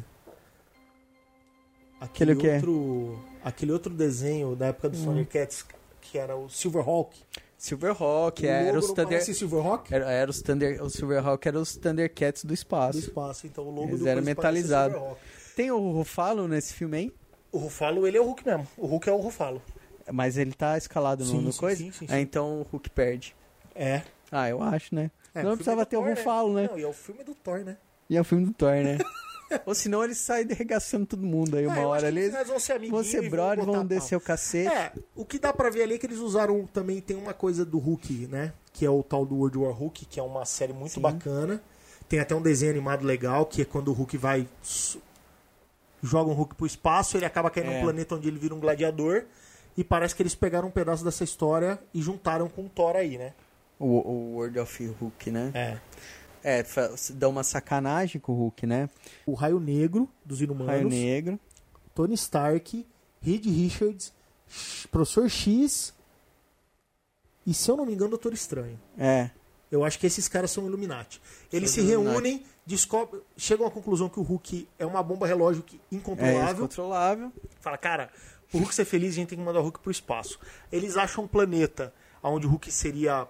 Aquele o quê? Hum. outro. Aquele outro desenho da época dos Thundercats, que era o Silverhawk. Silverhawk, o é, era logo os não Thunder... É. parece Silverhawk? Era, era os Thunder... O Silverhawk era os Thundercats do Do espaço. espaço, então o logo Eles do eram coisa parece metalizados. Silverhawk. Tem o Rufalo nesse filme aí? O Rufalo, ele é o Hulk mesmo. O Hulk é o Rufalo. Mas ele tá escalado no, Sim, no sim, coisa? sim, sim, Ah, sim. então o Hulk perde. É. Ah, eu acho, né? É, o não filme é precisava do ter o Thor, Rufalo, né? Não, e é o filme do Thor, né? E é o filme do Thor, né? [LAUGHS] Ou senão ele sai derregaçando todo mundo aí Ah, uma eu acho hora que ali. eles vão ser amiguinho Você e vão brother, botar vão pau. descer o cacete. É, o que dá pra ver ali é que eles usaram também, tem uma coisa do Hulk, né? Que é o tal do World War Hulk, que é uma série muito bacana. Tem até um desenho animado legal, que é quando o Hulk vai. su- joga um Hulk pro espaço, ele acaba caindo É. num planeta onde ele vira um gladiador. E parece que eles pegaram um pedaço dessa história e juntaram com o Thor aí, né? O, o World of Hulk, né? É. É, fa- dá uma sacanagem com o Hulk, né? O Raio Negro dos Inumanos, Raio Negro. Tony Stark, Reed Richards, Professor X. E se eu não me engano, Doutor Estranho. É. Eu acho que esses caras são Illuminati. Eles se São Illuminati. reúnem, descobrem, chegam à conclusão que o Hulk é uma bomba relógio que- É incontrolável. incontrolável. Fala, cara, o Hulk ser feliz, a gente tem que mandar o Hulk pro espaço. Eles acham um planeta onde o Hulk seria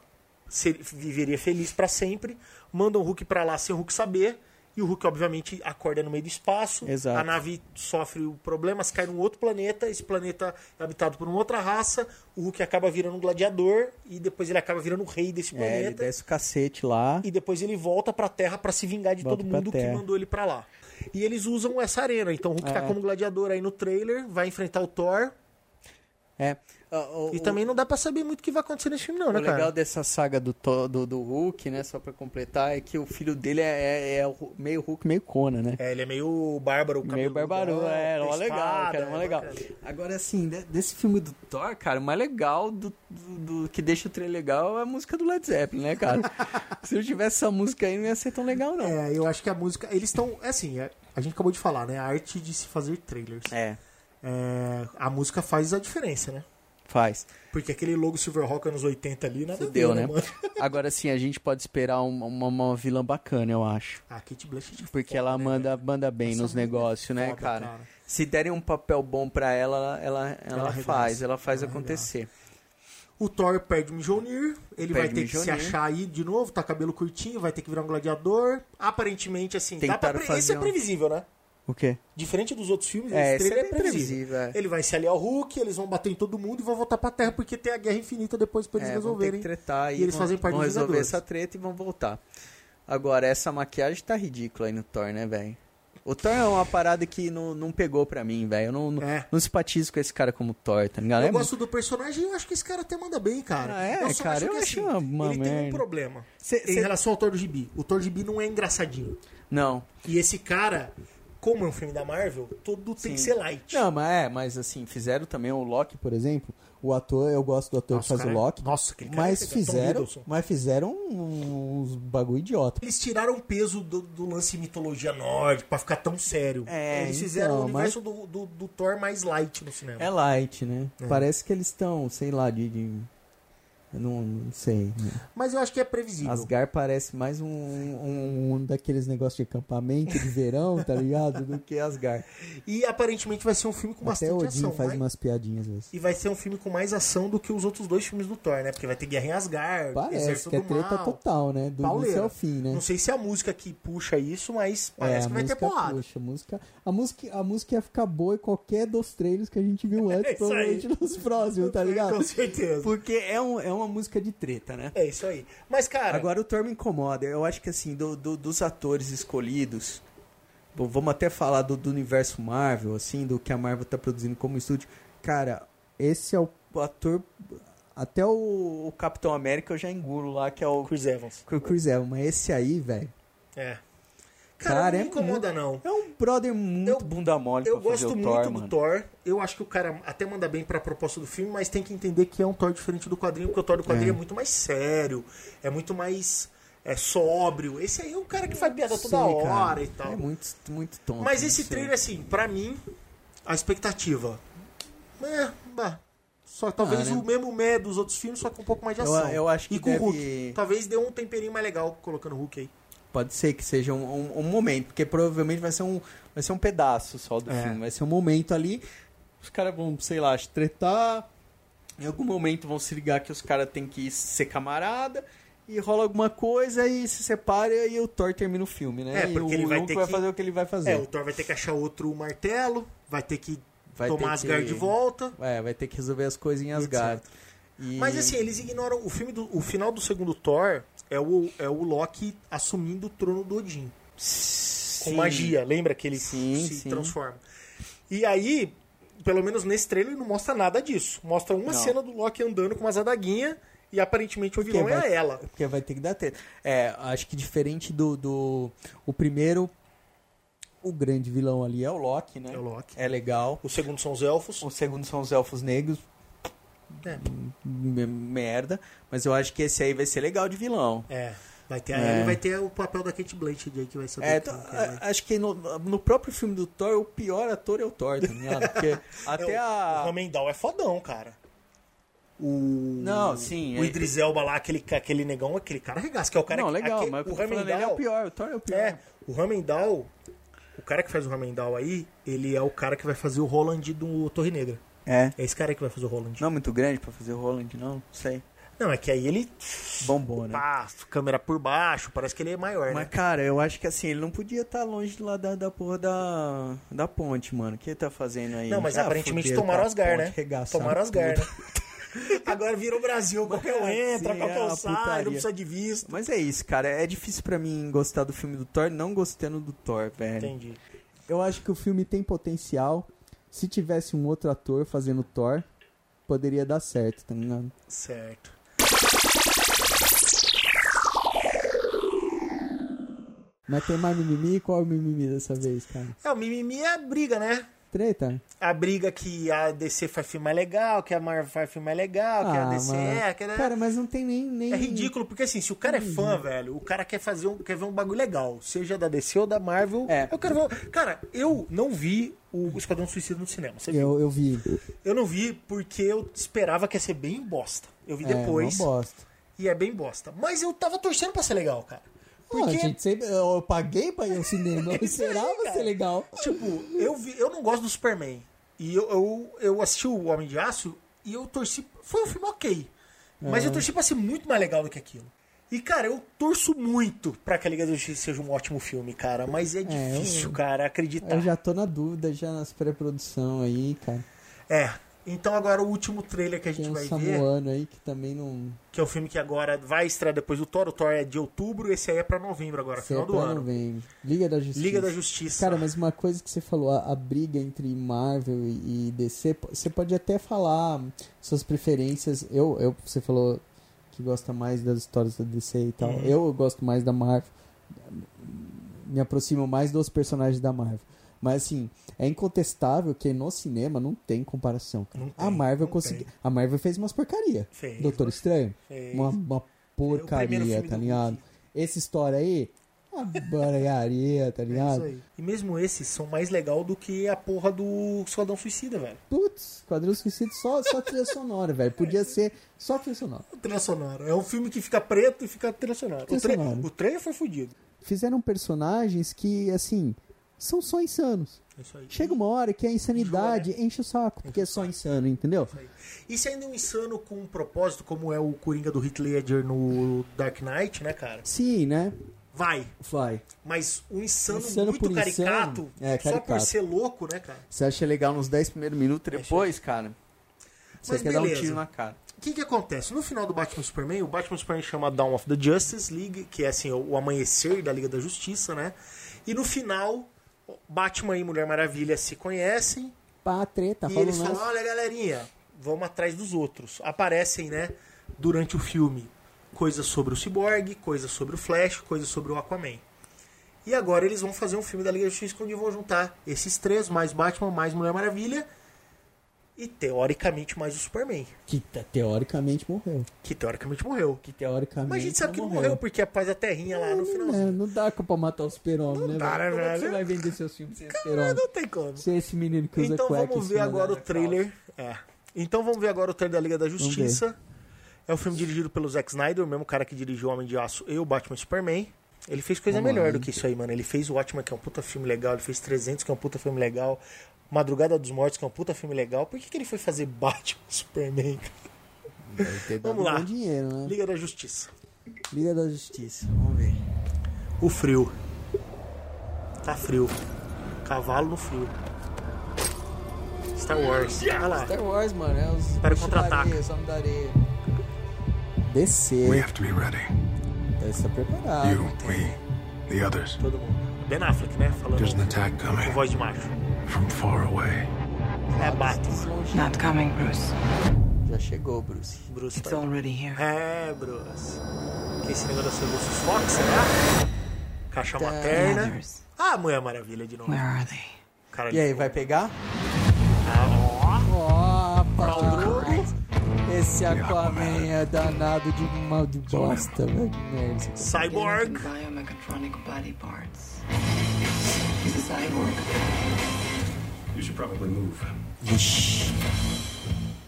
ser- viveria feliz para sempre, mandam o Hulk para lá sem o Hulk saber, e o Hulk obviamente acorda no meio do espaço, Exato. a nave sofre o problemas, cai num outro planeta, esse planeta é habitado por uma outra raça, o Hulk acaba virando um gladiador e depois ele acaba virando o rei desse É, ele planeta. desce o cacete lá. E depois ele volta pra Terra pra se vingar de Volta todo pra mundo que Terra. mandou ele pra lá. E eles usam essa arena. Então o Hulk tá É. como gladiador aí no trailer, vai enfrentar o Thor. É. O- o- E também não dá pra saber muito o que vai acontecer nesse filme, não, O né, legal cara? dessa saga do, To- do, do Hulk, né? Só pra completar, é que o filho dele é, é- é o Hu- meio Hulk, meio Conan, né? É, ele é meio bárbaro, meio cabeludo, barbarão, é. tem Mó legal, espada, cara. Mó legal. bacana. Agora, assim, de- desse filme do Thor, cara, o mais legal do, do- do- que deixa o trailer legal é a música do Led Zeppelin, né, [LAUGHS] cara? Se eu tivesse essa música aí, não ia ser tão legal, não. É, eu acho que a música. Eles estão. É assim, é- a gente acabou de falar, né? A arte de se fazer trailers. É, É, a música faz a diferença, né? faz. Porque aquele logo Silverhawk anos 80 ali, nada a ver, Deu, né? mano? Agora, assim, a gente pode esperar uma, uma, uma vilã bacana, eu acho. A Ah, Kate Blanchett. Porque ela manda, manda bem né? Essa nos mulher é negócios, né, foda, cara? cara. Se derem um papel bom pra ela, ela, ela, arregaça, faz, ela faz ela acontecer. O Thor perde o Mjolnir, ele Perde vai o ter que se Mjolnir. achar aí de novo, tá cabelo curtinho, vai ter que virar um gladiador. Aparentemente, assim, dá pra Tentaram pre... fazer esse é um- previsível, né? O quê? Diferente dos outros filmes, É, esse esse trailer é é bem previsível. previsível, é. Ele vai se aliar ao Hulk, eles vão bater em todo mundo e vão voltar pra Terra, porque tem a Guerra Infinita depois pra eles É, vão ter que resolverem. tretar e, e eles vão, fazem parte vão dos resolver Vingadores. essa treta e vão voltar. Agora, essa maquiagem tá ridícula aí no Thor, né, velho? O Thor é uma parada que não, não pegou pra mim, velho. Eu não, não- É. não simpatizo com esse cara como Thor, tá ligado? Eu É gosto do personagem e eu acho que esse cara até manda bem, cara. Ah, é, eu só cara, acho eu que acho assim, uma ele tem um merda. problema. Cê- Em cê- relação ao Thor do Gibi. O Thor do Gibi não é engraçadinho. Não. E esse cara, como é um filme da Marvel, todo tem que ser light. Não, mas é, mas assim, fizeram também o Loki, por Por exemplo, o ator, eu gosto do ator Nossa, que faz cara, o Loki. nossa, aquele cara mas é Tom fizeram, Hiddleston. mas fizeram uns bagulho idiota. Eles tiraram o peso do, do lance mitologia nórdica pra ficar tão sério. É, eles fizeram o então, mas- universo do, do, do Thor mais light no cinema. É light, né? Parece que eles estão, sei lá, de. de- eu Não, não sei. né? Mas eu acho que é previsível. Asgar parece mais um, um, um daqueles negócios de acampamento de verão, tá ligado? Do que Asgar. E aparentemente vai ser um filme com Até bastante Odin ação. faz mas- umas piadinhas às vezes. E vai ser um filme com mais ação do que os outros dois filmes do Thor, né? Porque vai ter Guerra em Asgard, Parece Exército que é do treta Mal, total, né? Do pauleira. início ao fim, né? É, Não sei se é a música que puxa isso, mas parece a que vai ter música, porrada. puxa, a música, a música, a música ia ficar boa em qualquer dos trailers que a gente [LAUGHS] viu antes, É isso aí. provavelmente nos próximos, tá ligado? [LAUGHS] Com certeza. Porque é, um, é uma música de treta, né? É isso aí. Mas, cara, Agora o Thor me incomoda. Eu acho que assim, do- do- dos atores escolhidos, bom, vamos até falar do, do universo Marvel, assim, do que a Marvel tá produzindo como estúdio. Cara, Esse é o o ator. Até o, o Capitão América eu já engulo lá, que é o Chris Evans. o Chris Evans, mas esse aí, velho, É. Cara, Cara, não é me incomoda, muito- não. É um brother muito Eu- bunda mole Eu pra fazer gosto o muito Thor, do mano. Thor. Eu acho que o cara até manda bem pra proposta do filme, mas tem que entender que é um Thor diferente do quadrinho, porque o Thor do quadrinho é, muito mais sério, é muito mais é, sóbrio. Esse aí é um cara que faz piada toda Sim, hora cara. e tal. É muito, muito tonto. mas não esse sei. trailer, assim, pra mim, a expectativa. É, bah. Só talvez Ah, né? o mesmo mé dos outros filmes, só com um pouco mais de Eu- ação. eu acho que e com deve- o Hulk. Talvez dê um temperinho mais legal colocando o Hulk aí. Pode ser que seja um, um- um momento, porque provavelmente vai ser um, vai ser um pedaço só do É. filme. Vai ser um momento ali. Os caras vão, sei lá, tretar. Em algum momento vão se ligar que os caras têm que ser camarada. E rola alguma coisa e se separa e o Thor termina o filme, né? É, E porque o ele vai Hulk ter vai que- fazer o que ele vai fazer. É, o Thor vai ter que achar outro martelo, vai ter que Vai ter tomar que- Asgard de volta. É, vai ter que resolver as coisas em Asgard. E- Mas assim, eles ignoram o filme do o final do segundo Thor é o é o Loki assumindo o trono do Odin com Sim. magia, lembra que ele Sim, se sim. transforma. E aí, pelo menos nesse trailer não mostra nada disso. Mostra uma Não. cena do Loki andando com umas adaguinha e aparentemente o vilão vai- é ela. Porque vai ter que dar treta. É, acho que diferente do, do. O primeiro, o grande vilão ali é o Loki, né? É o Loki. É legal. O segundo são os elfos. O segundo são os elfos negros. É. me- Merda. Mas eu acho que esse aí vai ser legal de vilão. É, vai ter a É. Ellie, vai ter o papel da Kate Blanchett aí que vai saber É, quem t- que é. a- acho que no, no próprio filme do Thor, o pior ator é o Thor, tá ligado? Porque até [LAUGHS] É, o- O a. Ramendal é fodão, cara. O. Não, sim, O é- Idris Elba lá, aquele, ca- aquele negão, aquele cara regaça, que é o cara Não, que- legal, aquele- mas o o que eu tô falando, ele é o Ramendal. pior, o Thor é o pior. É, o Ramendal. O cara que faz o Ramendal aí, ele é o cara que vai fazer o Roland do Torre Negra. É. É esse cara que vai fazer o Roland. Não é muito grande pra fazer o Roland, não? Sei. Não, é que aí ele. Bombou, né? Pá, câmera por baixo, parece que ele é maior, Mas, né? cara, eu acho que assim, ele não podia estar longe lá da, da porra da, da ponte, mano. O que ele tá fazendo aí? Não, mas Ah, aparentemente fuderam tomaram tá com a as gar, ponte, né? arregaçaram Tomaram as gar, tudo. né? [LAUGHS] Agora virou Brasil, qualquer [LAUGHS] um entra, Sim, qualquer é um ah, uma sai, putaria. não precisa de visto. Mas é isso, cara. É difícil pra mim gostar do filme do Thor, não gostando do Thor, velho. Entendi. Eu acho que o filme tem potencial. Se tivesse um outro ator fazendo Thor, poderia dar certo, tá ligado? Certo. Mas tem mais mimimi? Qual é o mimimi dessa vez, cara? É, o mimimi é a briga, né? Treta? A briga que a DC faz filme mais legal, que a Marvel faz filme mais legal, que a DC é, que Ah, Cara, mas não tem nem. nem... É ridículo, porque assim, se o cara é fã, velho, o cara quer fazer um, quer ver um bagulho legal, seja da DC ou da Marvel. É. Eu quero ver. Cara, eu não vi o Esquadrão Suicida no cinema. Você viu? Eu, eu vi. Eu não vi porque eu esperava que ia ser bem bosta. Eu vi depois É, uma bosta. e é bem bosta. Mas eu tava torcendo pra ser legal, cara. Pô, Porque, É gente, sempre- eu, eu paguei pra ir [LAUGHS] ao cinema. Eu Isso aí, esperava cara. ser legal. tipo, eu, vi, eu não gosto do Superman. E eu, eu, eu assisti o Homem de Aço e eu torci. Foi um filme ok. Mas É. eu torci pra ser muito mais legal do que aquilo. E, cara, eu torço muito pra que a Liga da Justiça seja um ótimo filme, cara. Mas é difícil, cara, acreditar. Eu já tô na dúvida, já nas pré-produção aí, cara. É. Então agora o último trailer que a gente Tem um vai ver. samuano aí que também não. que é o filme que agora vai estrear depois do Thor. O Thor é de outubro, esse aí é pra novembro agora, Sei final do pra ano. novembro. Liga da Justiça. Liga da Justiça. Cara, mas uma coisa que você falou, a, a briga entre Marvel e, e DC, po- você pode até falar suas preferências. Eu, eu, você falou que gosta mais das histórias da DC e tal. É. Eu gosto mais da Marvel. Me aproximo mais dos personagens da Marvel. Mas assim, é incontestável que no cinema não tem comparação. cara. Não tem, a Marvel não conseguiu. tem. A Marvel fez umas porcaria. Fez. Doutor Estranho. Fez. É Uma, uma primeiro porcaria, filme tá do ligado? Hulk. Essa história aí, uma baralharia, tá É isso ligado? aí. E mesmo esses são mais legal do que a porra do Esquadrão Suicida, velho. Putz, Quadril Suicida só, só trilha sonora, velho. É Podia ser só trilha sonora. Trilha sonora. É um filme que fica preto e fica trilha sonora. O, Trilha tra- sonora. o trailer foi fudido. Fizeram personagens que, assim, são só insanos. É isso aí. né? Chega uma hora que a insanidade enche o saco, porque é só insano, entendeu? E se ainda é um insano com um propósito, como é o Coringa do Heath Ledger no Dark Knight, né, cara? Sim, né? Vai. Fly. Mas um insano, Insano muito por caricato, insano. só É, por caricato. ser louco, né, cara? Você acha legal nos 10 primeiros É minutos depois, cara? Você Mas quer dar um beleza. tiro na cara. O que, que acontece? No final do Batman Superman, o Batman Superman chama Dawn of the Justice League, que é assim, o o amanhecer da Liga da Justiça, né? E no final, Batman e Mulher Maravilha se conhecem Pá, treta, e rola eles um falam: lance. olha, galerinha, vamos atrás dos outros. Aparecem, né, durante o filme, coisas sobre o Cyborg, coisas sobre o Flash, coisas sobre o Aquaman. E agora eles vão fazer um filme da Liga da Justiça onde vão juntar esses três, mais Batman, mais Mulher Maravilha e teoricamente mais o Superman, Que te- teoricamente morreu. que teoricamente morreu. Que teoricamente Mas a gente sabe que não morreu. morreu porque após a terrinha lá no É, finalzinho. não dá pra matar o super-homem, né? dá, né, velho? Como é que velho? você vai vender seus filmes sem Não, super-homem? não tem como. Se é esse menino que usa Então cueca vamos em ver cima agora da- o trailer. É. Então vamos ver agora o trailer da Liga da Justiça. É um filme dirigido pelo Zack Snyder, o mesmo cara que dirigiu Homem de Aço e o Batman e Superman. Ele fez coisa melhor do que isso aí, mano. Ele fez o Watchmen, que é um puta filme legal. Ele fez 300, que é um puta filme legal. Madrugada dos Mortos, que é um puta filme legal. Por que, que ele foi fazer [LAUGHS] Batman e Superman? cara? Tem dado Vamos lá. bom dinheiro, né? Liga da Justiça. Liga da Justiça, vamos ver. O frio. Tá frio. Cavalo no frio. Star Wars. Olha lá. Star Wars, mano, é os. Para contra-ataque. We Descer, have to be ready. deve estar preparado. You, we, the others. Todo mundo. Ben Affleck, né? There's an Falando attack com coming voz de macho. from far away. É Batman. Not coming, Bruce. Já chegou, Bruce. Bruce It's tá... already here. É, Bruce. Que esse negócio é Bruce Fox, será? Caixa materna. Others. Ah, Mulher Maravilha de novo. Where are they? Cara de E aí, fogo. vai pegar? Ah, Opa, ó. Pau duro. esse Aquaman é danado de mal de bosta, velho. é que merda. Cyborg. Biomechatronic body parts. He's a cyborg. You should probably move.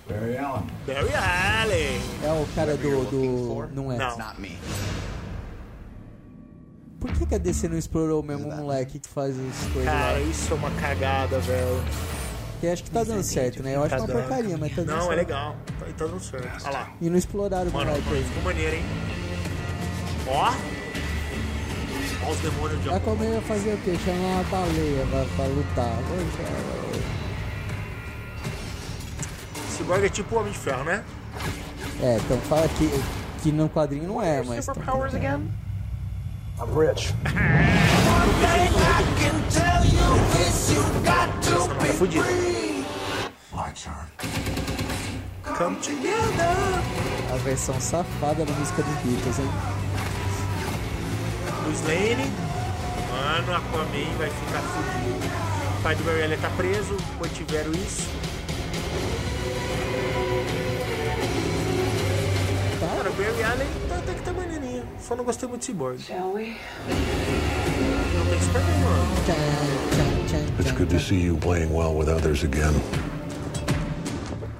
Barry Allen. Barry Allen. É o cara do. do... Não é. Não. Not me. Por que, que a DC não explorou o mesmo moleque que faz os coisas Cara, lá? isso é uma cagada, velho. até acho que tá dando certo, né? Eu acho uma porcaria, mas tá dando Não, certo. é legal. Tá, tá dando certo. Olha lá. E não exploraram o Mano, moleque mano, aí. ficou maneiro, hein? Ó. Ó os demônios de A Colmeia ia fazer o quê? Chamar uma baleia pra, pra lutar. Poxa, Cyborg é tipo o Homem de Ferro, né? É, então fala que, que no quadrinho não é, mas. tá- I'm rich. Essa não é fodida. Come A versão safada da música dos Beatles, hein? Bruce Lane. Mano, Aquaman vai ficar fudido. O pai do Barry Allen tá preso, mantiveram isso. Cara, o Barry Allen tá, até que tá maneirinho. Só não gostei muito de Cyborg. Não tem Superman, mano. It's good to see you playing well with others again.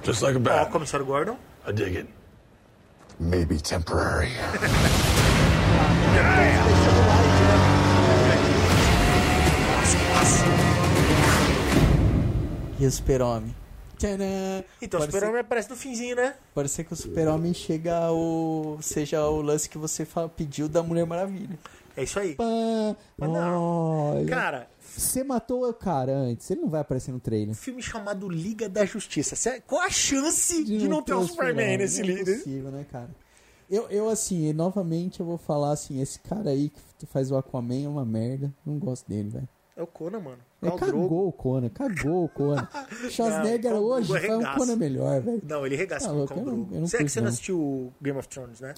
Just like a Ó, bat. Comissário Gordon. I dig it. Maybe temporary. E o super-homem. Tcharam! Então, o Parece- Super-Homem aparece no finzinho, né? Pode ser que o super-homem chega ao. seja o lance que você fa- pediu da Mulher Maravilha. É isso aí. Pã, olha. Cara, um Você matou o cara antes, ele não vai aparecer no trailer. filme chamado Liga da Justiça. Sé- Qual a chance de, não ter o Superman nesse um não É livro? possível, né, cara? Eu, eu, assim, novamente eu vou falar assim: esse cara aí que faz o Aquaman é uma merda. Não gosto dele, velho. É o Conan, mano. É, Khal Drogo. cagou o Conan, cagou o [LAUGHS] Conan. Khal Schwarzenegger Drogo é hoje faz um arregaça. Conan melhor, velho. Não, ele regaça Tá com o louco, Khal eu não- eu Drogo. não Será que curto, você não não. assistiu o Game of Thrones, né?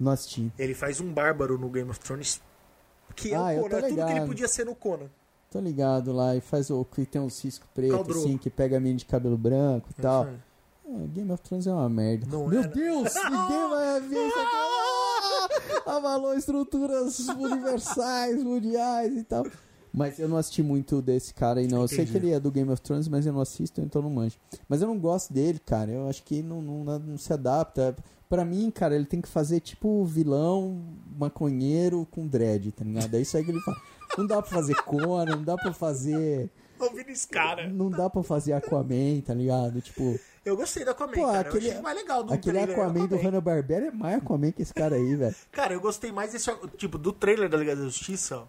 Não assisti. Ele faz um bárbaro no Game of Thrones. Que é Ah, o eu Conan, tô é tudo que ele ligado. podia ser no Conan. Tô ligado lá e faz o que tem um cisco preto, Khal Drogo. assim, que pega a mina de cabelo branco Tá e tal. É, Game of Thrones é uma merda. Meu Deus, ninguém vai ver isso aqui. Ah, Avalou estruturas universais, mundiais e tal. Mas eu não assisti muito desse cara aí, não. Eu sei Entendi. que ele é do Game of Thrones, mas eu não assisto, então não manjo. Mas eu não gosto dele, cara. Eu acho que não, não, não se adapta. Pra mim, cara, ele tem que fazer tipo vilão, maconheiro com dread, tá ligado? É isso aí que ele faz. Não dá pra fazer Conan, não dá pra fazer. Ouvindo esse cara. Não dá pra fazer Aquaman, tá ligado? Tipo. Eu gostei da Aquaman, Pô, cara. eu aquele, achei é mais legal do aquele trailer. Aquaman do Hanna-Barbera é mais Aquaman que esse cara aí, velho. Cara, eu gostei mais desse. Tipo, do trailer da Liga da Justiça, ó.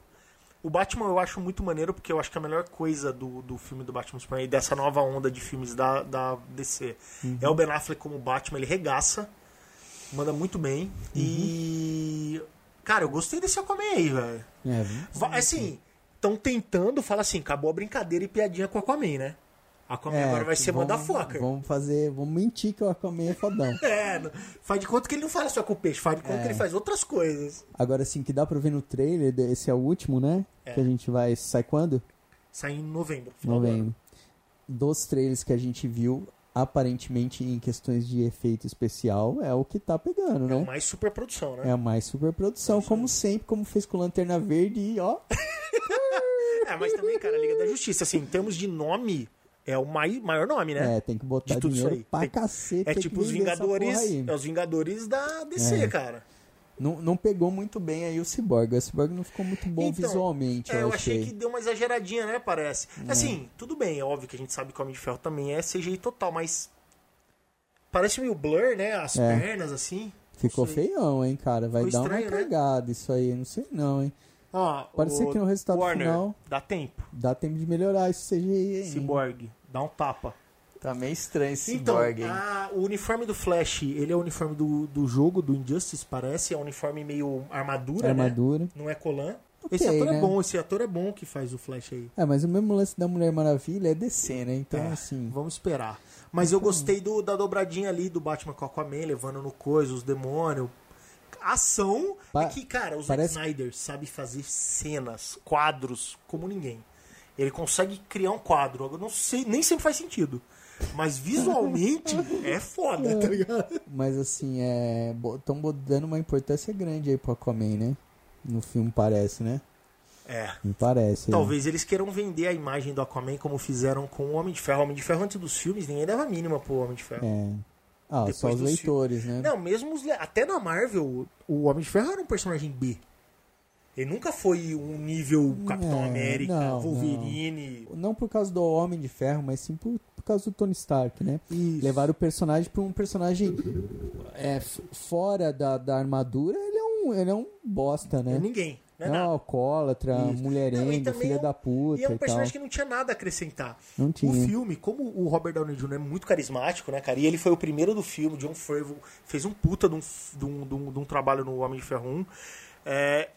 O Batman eu acho muito maneiro, porque eu acho que é a melhor coisa do, do filme do Batman Superman e dessa nova onda de filmes da, da DC Uhum. é o Ben Affleck como Batman, ele regaça, manda muito bem. E. Cara, eu gostei desse Aquaman aí, velho. É, Va- Assim, estão tentando, fala assim, acabou a brincadeira e piadinha com o Aquaman, né? É, Aquaman agora vai ser vamos- motherfucker. Vamos fazer, vamos mentir que o Aquaman é fodão. É, não- faz de conta que ele não fala só com o peixe, faz de conta É. que ele faz outras coisas. Agora sim, que dá pra ver no trailer, de- esse é o último, né? É. Que a gente vai. Sai quando? Sai em novembro. final do ano. Novembro. Dos trailers que a gente viu, aparentemente em questões de efeito especial, é o que tá pegando, É né? mais super produção, É né? a mais super produção, como sempre, como fez com Lanterna Verde e ó. É. mas também, cara, a Liga da Justiça, assim, em termos de nome, é o mai- maior nome, né? É, tem que botar De tudo dinheiro isso aí. pra Tem- cacete. É tem tipo que os vender essa porra Vingadores. aí. É os Vingadores da DC, É. cara. Não, não pegou muito bem aí o Cyborg. O Cyborg não ficou muito bom Então, visualmente, é, eu eu achei. achei. que deu uma exageradinha, né? Parece. Assim, tudo bem, é óbvio que a gente sabe que o Homem de Ferro também é CGI total, mas. Parece meio blur, né? As É. pernas, assim. Ficou Não sei. feião, hein, cara. Vai Ficou dar uma estranho, né? cagada isso aí. Não sei não, hein. Ó, Parece Ah, o que no resultado Warner, final- Dá tempo. Dá tempo de melhorar esse CGI, hein. Cyborg, dá um tapa. Tá meio estranho esse Então, Cyborg, hein? a- o uniforme do Flash, ele é o uniforme do, do jogo, do Injustice, parece. É um uniforme meio armadura, Armadura. né? Não é colã. Ok, esse ator é né? bom, esse ator é bom que faz o Flash aí. É, mas o mesmo lance da Mulher Maravilha é DC, né? Então, É, assim... Vamos esperar. Mas eu gostei do, da dobradinha ali do Batman com a Aquaman, levando no coisa, os demônios. A Ação Pa- é que, cara, o parece- Zack Snyder sabe fazer cenas, quadros, como ninguém. Ele consegue criar um quadro. Eu não sei, nem sempre faz sentido. Mas [LAUGHS] visualmente é foda, tá ligado? Mas, assim, é... Estão dando uma importância grande aí pro Aquaman, né? No filme parece, né? É. Me parece. né? Talvez eles queiram vender a imagem do Aquaman como fizeram com o Homem de Ferro. O Homem de Ferro antes dos filmes, ninguém dava a mínima pro Homem de Ferro. É. Ah, Depois só os do leitores, né? Não, mesmo os le- até na Marvel, o Homem de Ferro era um personagem B. Ele nunca foi um nível Capitão É, América, não, Wolverine. Não por causa do Homem de Ferro, mas sim por, por causa do Tony Stark, né? Levar o personagem para um personagem é, f- fora da, da armadura, ele é um, ele é um bosta, né? É ninguém, não é É um nada. alcoólatra, Não, e mulherengo, também filha é um- da puta E é um e personagem que tal. não tinha nada a acrescentar. Não tinha. O filme, como o Robert Downey Jr. é muito carismático, né, cara? E ele foi o primeiro do filme, John Favreau fez um puta de um, f- de um, de um, de um trabalho no Homem de Ferro 1. É,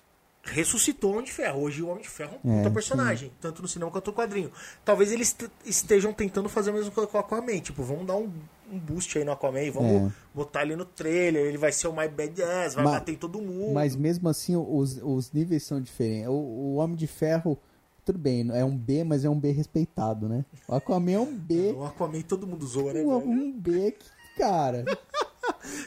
ressuscitou o Homem de Ferro. Hoje o Homem de Ferro é um É, puta sim. personagem, tanto no cinema quanto no quadrinho. Talvez eles t- estejam tentando fazer a mesma coisa com o Aquaman. Tipo, vamos dar um, um boost aí no Aquaman e vamos É. botar ele no trailer. Ele vai ser o My Badass, vai Mas- bater em todo mundo. Mas mesmo assim, os, os níveis são diferentes. O, o Homem de Ferro, tudo bem, é um B, mas é um B respeitado, né? O Aquaman é um B, O Aquaman todo mundo zoa, né? um, velho? um B que, cara...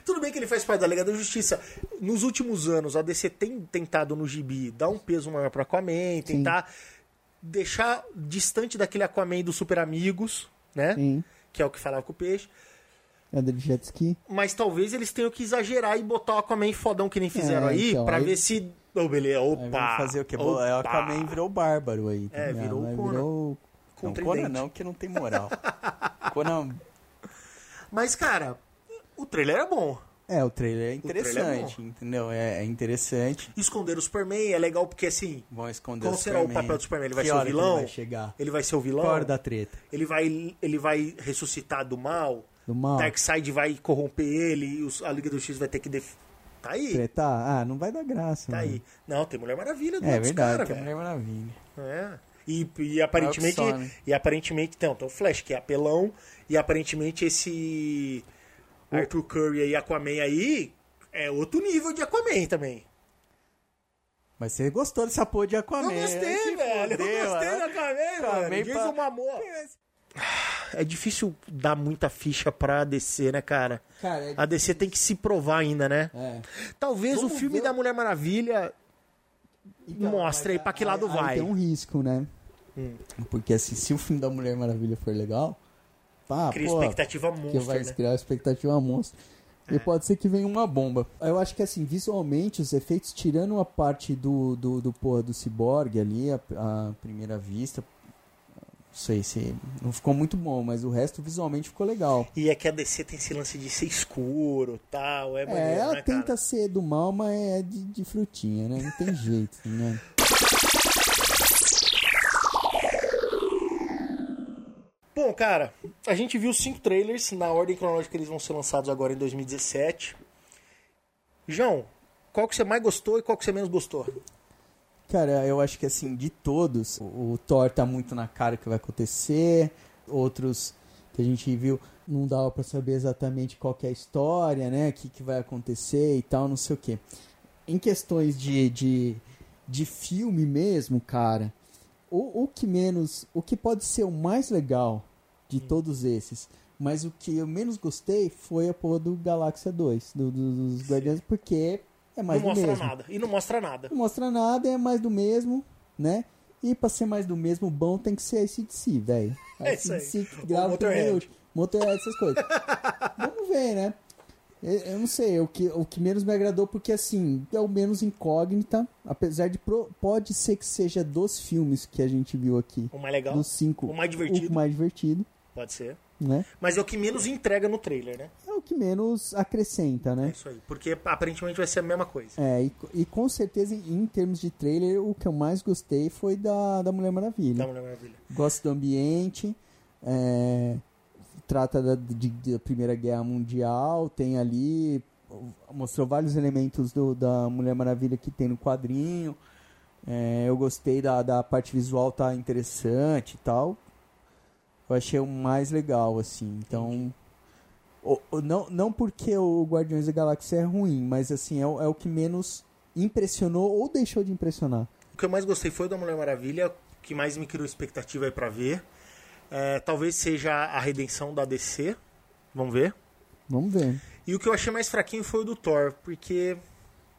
Tudo bem que ele faz parte da Liga da Justiça. Nos últimos anos, a DC tem tentado no gibi dar um peso maior para Aquaman, tentar deixar distante daquele Aquaman dos Super Amigos, né? Sim. Que é o que falava com o Peixe. Anda de jet ski. Mas talvez eles tenham que exagerar e botar o Aquaman fodão que nem fizeram É, aí, então, pra aí- ver se. Ô, beleza, Aí opa! vamos fazer o é, que? O opa. Aquaman virou bárbaro aí. É, entendeu? virou Mas o Conan. virou- Não, Contridente. Conan não, que não [LAUGHS] tem moral. Conan Mas, cara, o trailer é bom. É, o trailer é trailer é interessante, entendeu? É, é interessante. Esconder o Superman é legal porque, assim, Vão esconder qual o será Superman. o papel do Superman? Ele vai Que ser o hora que vilão? Ele vai chegar. Ele vai ser o vilão? Fora da treta. Ele vai, ele vai ressuscitar do mal. Do mal. Darkseid vai corromper ele e os- a Liga do X vai ter que. Def... Tá aí. Tretar? Ah, não vai dar graça. Tá mano. né? aí. Não, tem Mulher Maravilha do É lado dos verdade, caras, tem velho. Mulher Maravilha. É. E, e aparentemente. É o que some. E aparentemente. Não, tem o Flash, que é apelão. E aparentemente esse. Arthur Curry aí, Aquaman aí. É outro nível de Aquaman também. Mas você gostou dessa porra de Aquaman. né? Eu gostei, aí se velho. fudeu, eu gostei né? da Aquaman, Aquaman mano. um pra- Jason Momoa. É difícil dar muita ficha pra DC, né, cara? Cara, é A DC tem que se provar ainda, né? É. Talvez Vamos o filme ver. da Mulher Maravilha Então, mostre aí pra que lado Aí vai. tem um risco, né? Hum. Porque assim, se o filme da Mulher Maravilha for legal, pá, Cria pô, expectativa que monstro, vai né? É. criar expectativa monstro. E pode ser que venha uma bomba. Eu acho que assim, visualmente, os efeitos, tirando a parte do, do, do porra do ciborgue ali, a, a primeira vista, não sei se. Não ficou muito bom, mas o resto visualmente ficou legal. E é que a DC tem esse lance de ser escuro tal. É, É, maneiro, ela né, tenta cara? ser do mal, mas é de, de frutinha, né? Não tem [LAUGHS] jeito, né? Bom, cara, a gente viu cinco trailers na ordem cronológica que eles vão ser lançados agora em 2017. João, qual que você mais gostou e qual que você menos gostou? Cara, eu acho que assim, de todos, o, o Thor tá muito na cara que vai acontecer, outros que a gente viu, não dava pra saber exatamente qual que é a história, né? O que, que vai acontecer e tal, não sei o quê. Em questões de, de, de filme mesmo, cara, o, o que menos. O que pode ser o mais legal de Hum. todos esses. Mas o que eu menos gostei foi a porra do Galáxia 2, do- do- dos Guardiões, porque é mais não do mostra mesmo. nada. E não mostra nada. Não mostra nada, é mais do mesmo, né? E pra ser mais do mesmo bom, tem que ser a ACDC, velho. A [LAUGHS] É isso aí. AC/DC O grava Motorhead. Motorhead. Motorhead, essas [LAUGHS] coisas. Vamos ver, né? Eu, eu não sei, o que, o que menos me agradou, porque assim, é o menos incógnita, apesar de pro- pode ser que seja dos filmes que a gente viu aqui. O mais legal. Dos cinco. O mais divertido. O mais divertido, Pode ser. né? Mas é o que menos entrega no trailer, né? É o que menos acrescenta, É né? isso aí. Porque aparentemente vai ser a mesma coisa. É, e, e com certeza, em, em termos de trailer, o que eu mais gostei foi da, da Mulher Maravilha. Da Mulher Maravilha. gosta do ambiente, é, trata da, de- da Primeira Guerra Mundial, tem ali, mostrou vários elementos do- da Mulher Maravilha que tem no quadrinho. É, eu gostei da, da parte visual, tá interessante e tal. Eu achei o mais legal, assim. Então. o- o- não, não porque o Guardiões da Galáxia é ruim, mas assim, é, o- é o que menos impressionou ou deixou de impressionar. O que eu mais gostei foi o da Mulher Maravilha, o que mais me criou expectativa aí pra ver. É, talvez seja a redenção da DC. Vamos ver. Vamos ver. E o que eu achei mais fraquinho foi o do Thor, porque.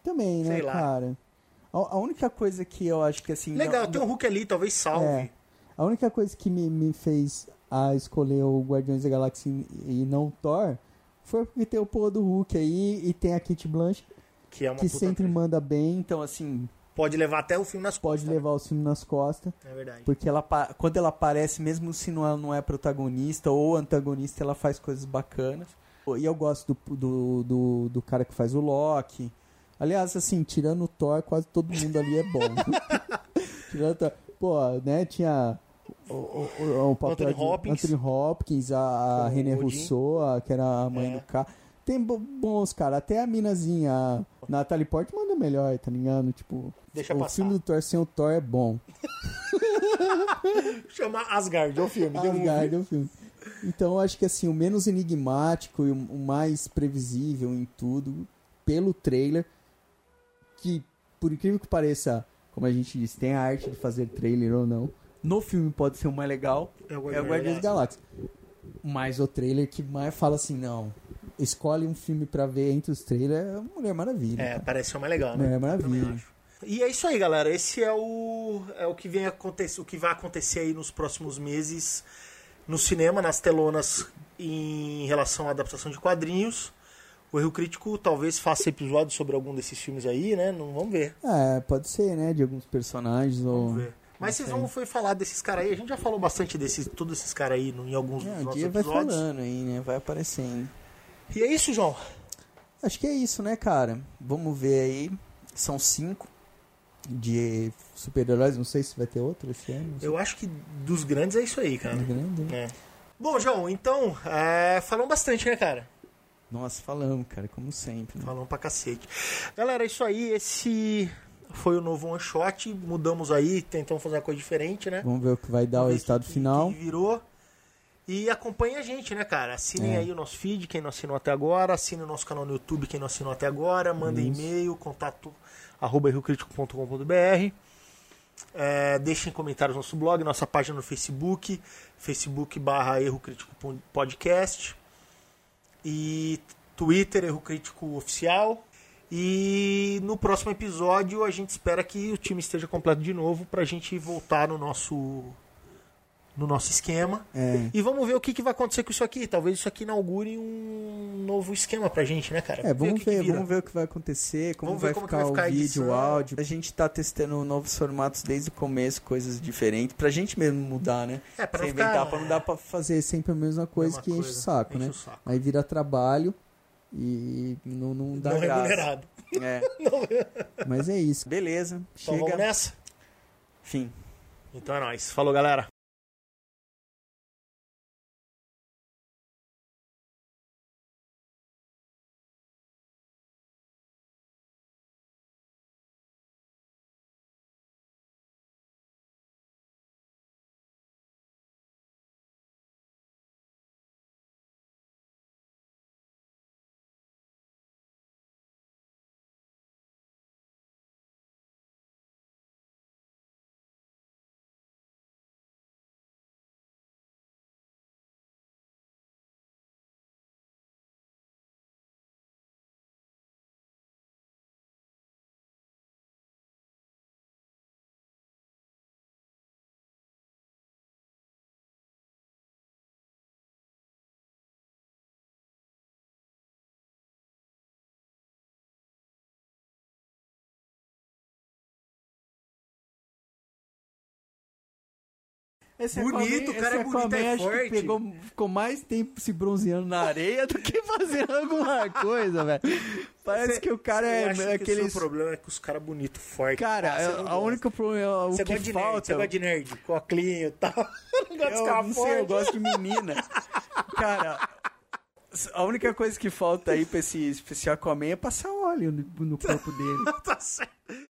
Também, né, Sei lá. cara? A, a única coisa que eu acho que assim. Legal, não- tem um Hulk ali, talvez salve. É. a única coisa que me, me fez a escolher o Guardiões da Galáxia e e não o Thor foi porque tem o porra do Hulk aí e tem a Kate Blanche Que é uma que puta sempre atriz. manda bem. Então, assim, Pode levar até o filme nas costas. Pode levar o filme nas costas. É verdade. Porque ela, quando ela aparece, mesmo se não, não é protagonista ou antagonista, ela faz coisas bacanas. E eu gosto do, do, do, do cara que faz o Loki. Aliás, assim, tirando o Thor, quase todo mundo ali é bom. [LAUGHS] tirando o Thor. Pô, né, tinha o, o, o, o papel Anthony Hopkins, Anthony Hopkins a, a René Rousseau, a, que era a mãe é. do cara. Tem bons, cara. Até a minazinha, a Natalie Portman manda melhor, tá ligado? Tipo, Deixa o passar. filme do Thor sem o Thor é bom. Chama Asgard, é o filme. Asgard é o filme. Então, eu acho que assim, o menos enigmático e o mais previsível em tudo, pelo trailer, que, por incrível que pareça, como a gente disse, tem a arte de fazer trailer ou não, no filme pode ser o mais legal, é o Guardiões da Galáxia. Mas o trailer que mais fala assim, não, escolhe um filme para ver entre os trailers, é Mulher Maravilha. É, cara. parece ser o mais legal, né? Mulher Maravilha. E é isso aí, galera. Esse é o, é o que vem acontecer, o que vai acontecer aí nos próximos meses no cinema, nas telonas em relação à adaptação de quadrinhos. O Erro Crítico talvez faça episódio sobre algum desses filmes aí, né? Não vamos ver. É, pode ser, né? De alguns personagens ou. Vamos ver. Mas É. vocês vão foi falar desses caras aí. A gente já falou bastante desses, todos esses caras aí em alguns é, dos nossos dia episódios. Vai falando aí, né? Vai aparecendo. E é isso, João. Acho que é isso, né, cara? Vamos ver aí. São cinco de super-heróis. Não sei se vai ter outro esse ano. Eu acho que dos grandes é isso aí, cara. É. Dos grandes, né? Bom, João, então, é... falamos bastante, né, cara? Nossa, falamos, cara, como sempre. Né? Falamos pra cacete. Galera, é isso aí. Esse foi o novo one shot, mudamos aí, tentamos fazer uma coisa diferente, né? Vamos ver o que vai dar o resultado final. Que virou. E acompanhe a gente, né, cara? Assinem é. aí o nosso feed, quem não assinou até agora, assine o nosso canal no YouTube, quem não assinou até agora, manda e-mail, contato arroba riocritico.com.br. É, deixem comentários no nosso blog, nossa página no Facebook, Facebook barra Erro Crítico Podcast e Twitter, Erro Crítico Oficial. E no próximo episódio a gente espera que o time esteja completo de novo para a gente voltar no nosso no nosso esquema. É. E vamos ver o que, que vai acontecer com isso aqui. Talvez isso aqui inaugure um novo esquema pra gente, né, cara? É, vamos ver, ver vamos ver o que vai acontecer, como, vai, como ficar vai, ficar o vídeo, é. isso, o áudio. A gente tá testando novos formatos desde o começo, coisas diferentes, pra gente mesmo mudar, né? É, pra Sem não ficar... inventar, pra não dar pra fazer sempre a mesma coisa Mesma que enche o coisa, saco, enche né? o saco. Aí vira trabalho e não, não dá não graça. remunerado. [LAUGHS] É, Não- mas é isso. Beleza, [LAUGHS] Então vamos chega. nessa? Fim. Então é nóis. Falou, galera. Esse Bonito, o cara é esse bonito, Aquaman é acho forte. Que pegou, ficou mais tempo se bronzeando na areia do que fazendo alguma coisa, velho. Parece que o cara Eu é acho que o aquele. seu problema é que os caras bonitos, fortes. Cara, é você a- não a gosta. única problema. O Você que gosta de nerd, falta. você gosta de nerd, com óculinho e tal. [LAUGHS] Não gosta de eu cara não sei, eu forte. gosto de menina. cara, a única coisa que falta aí pra esse, pra esse Aquaman é passar óleo no, no corpo dele. Tá certo.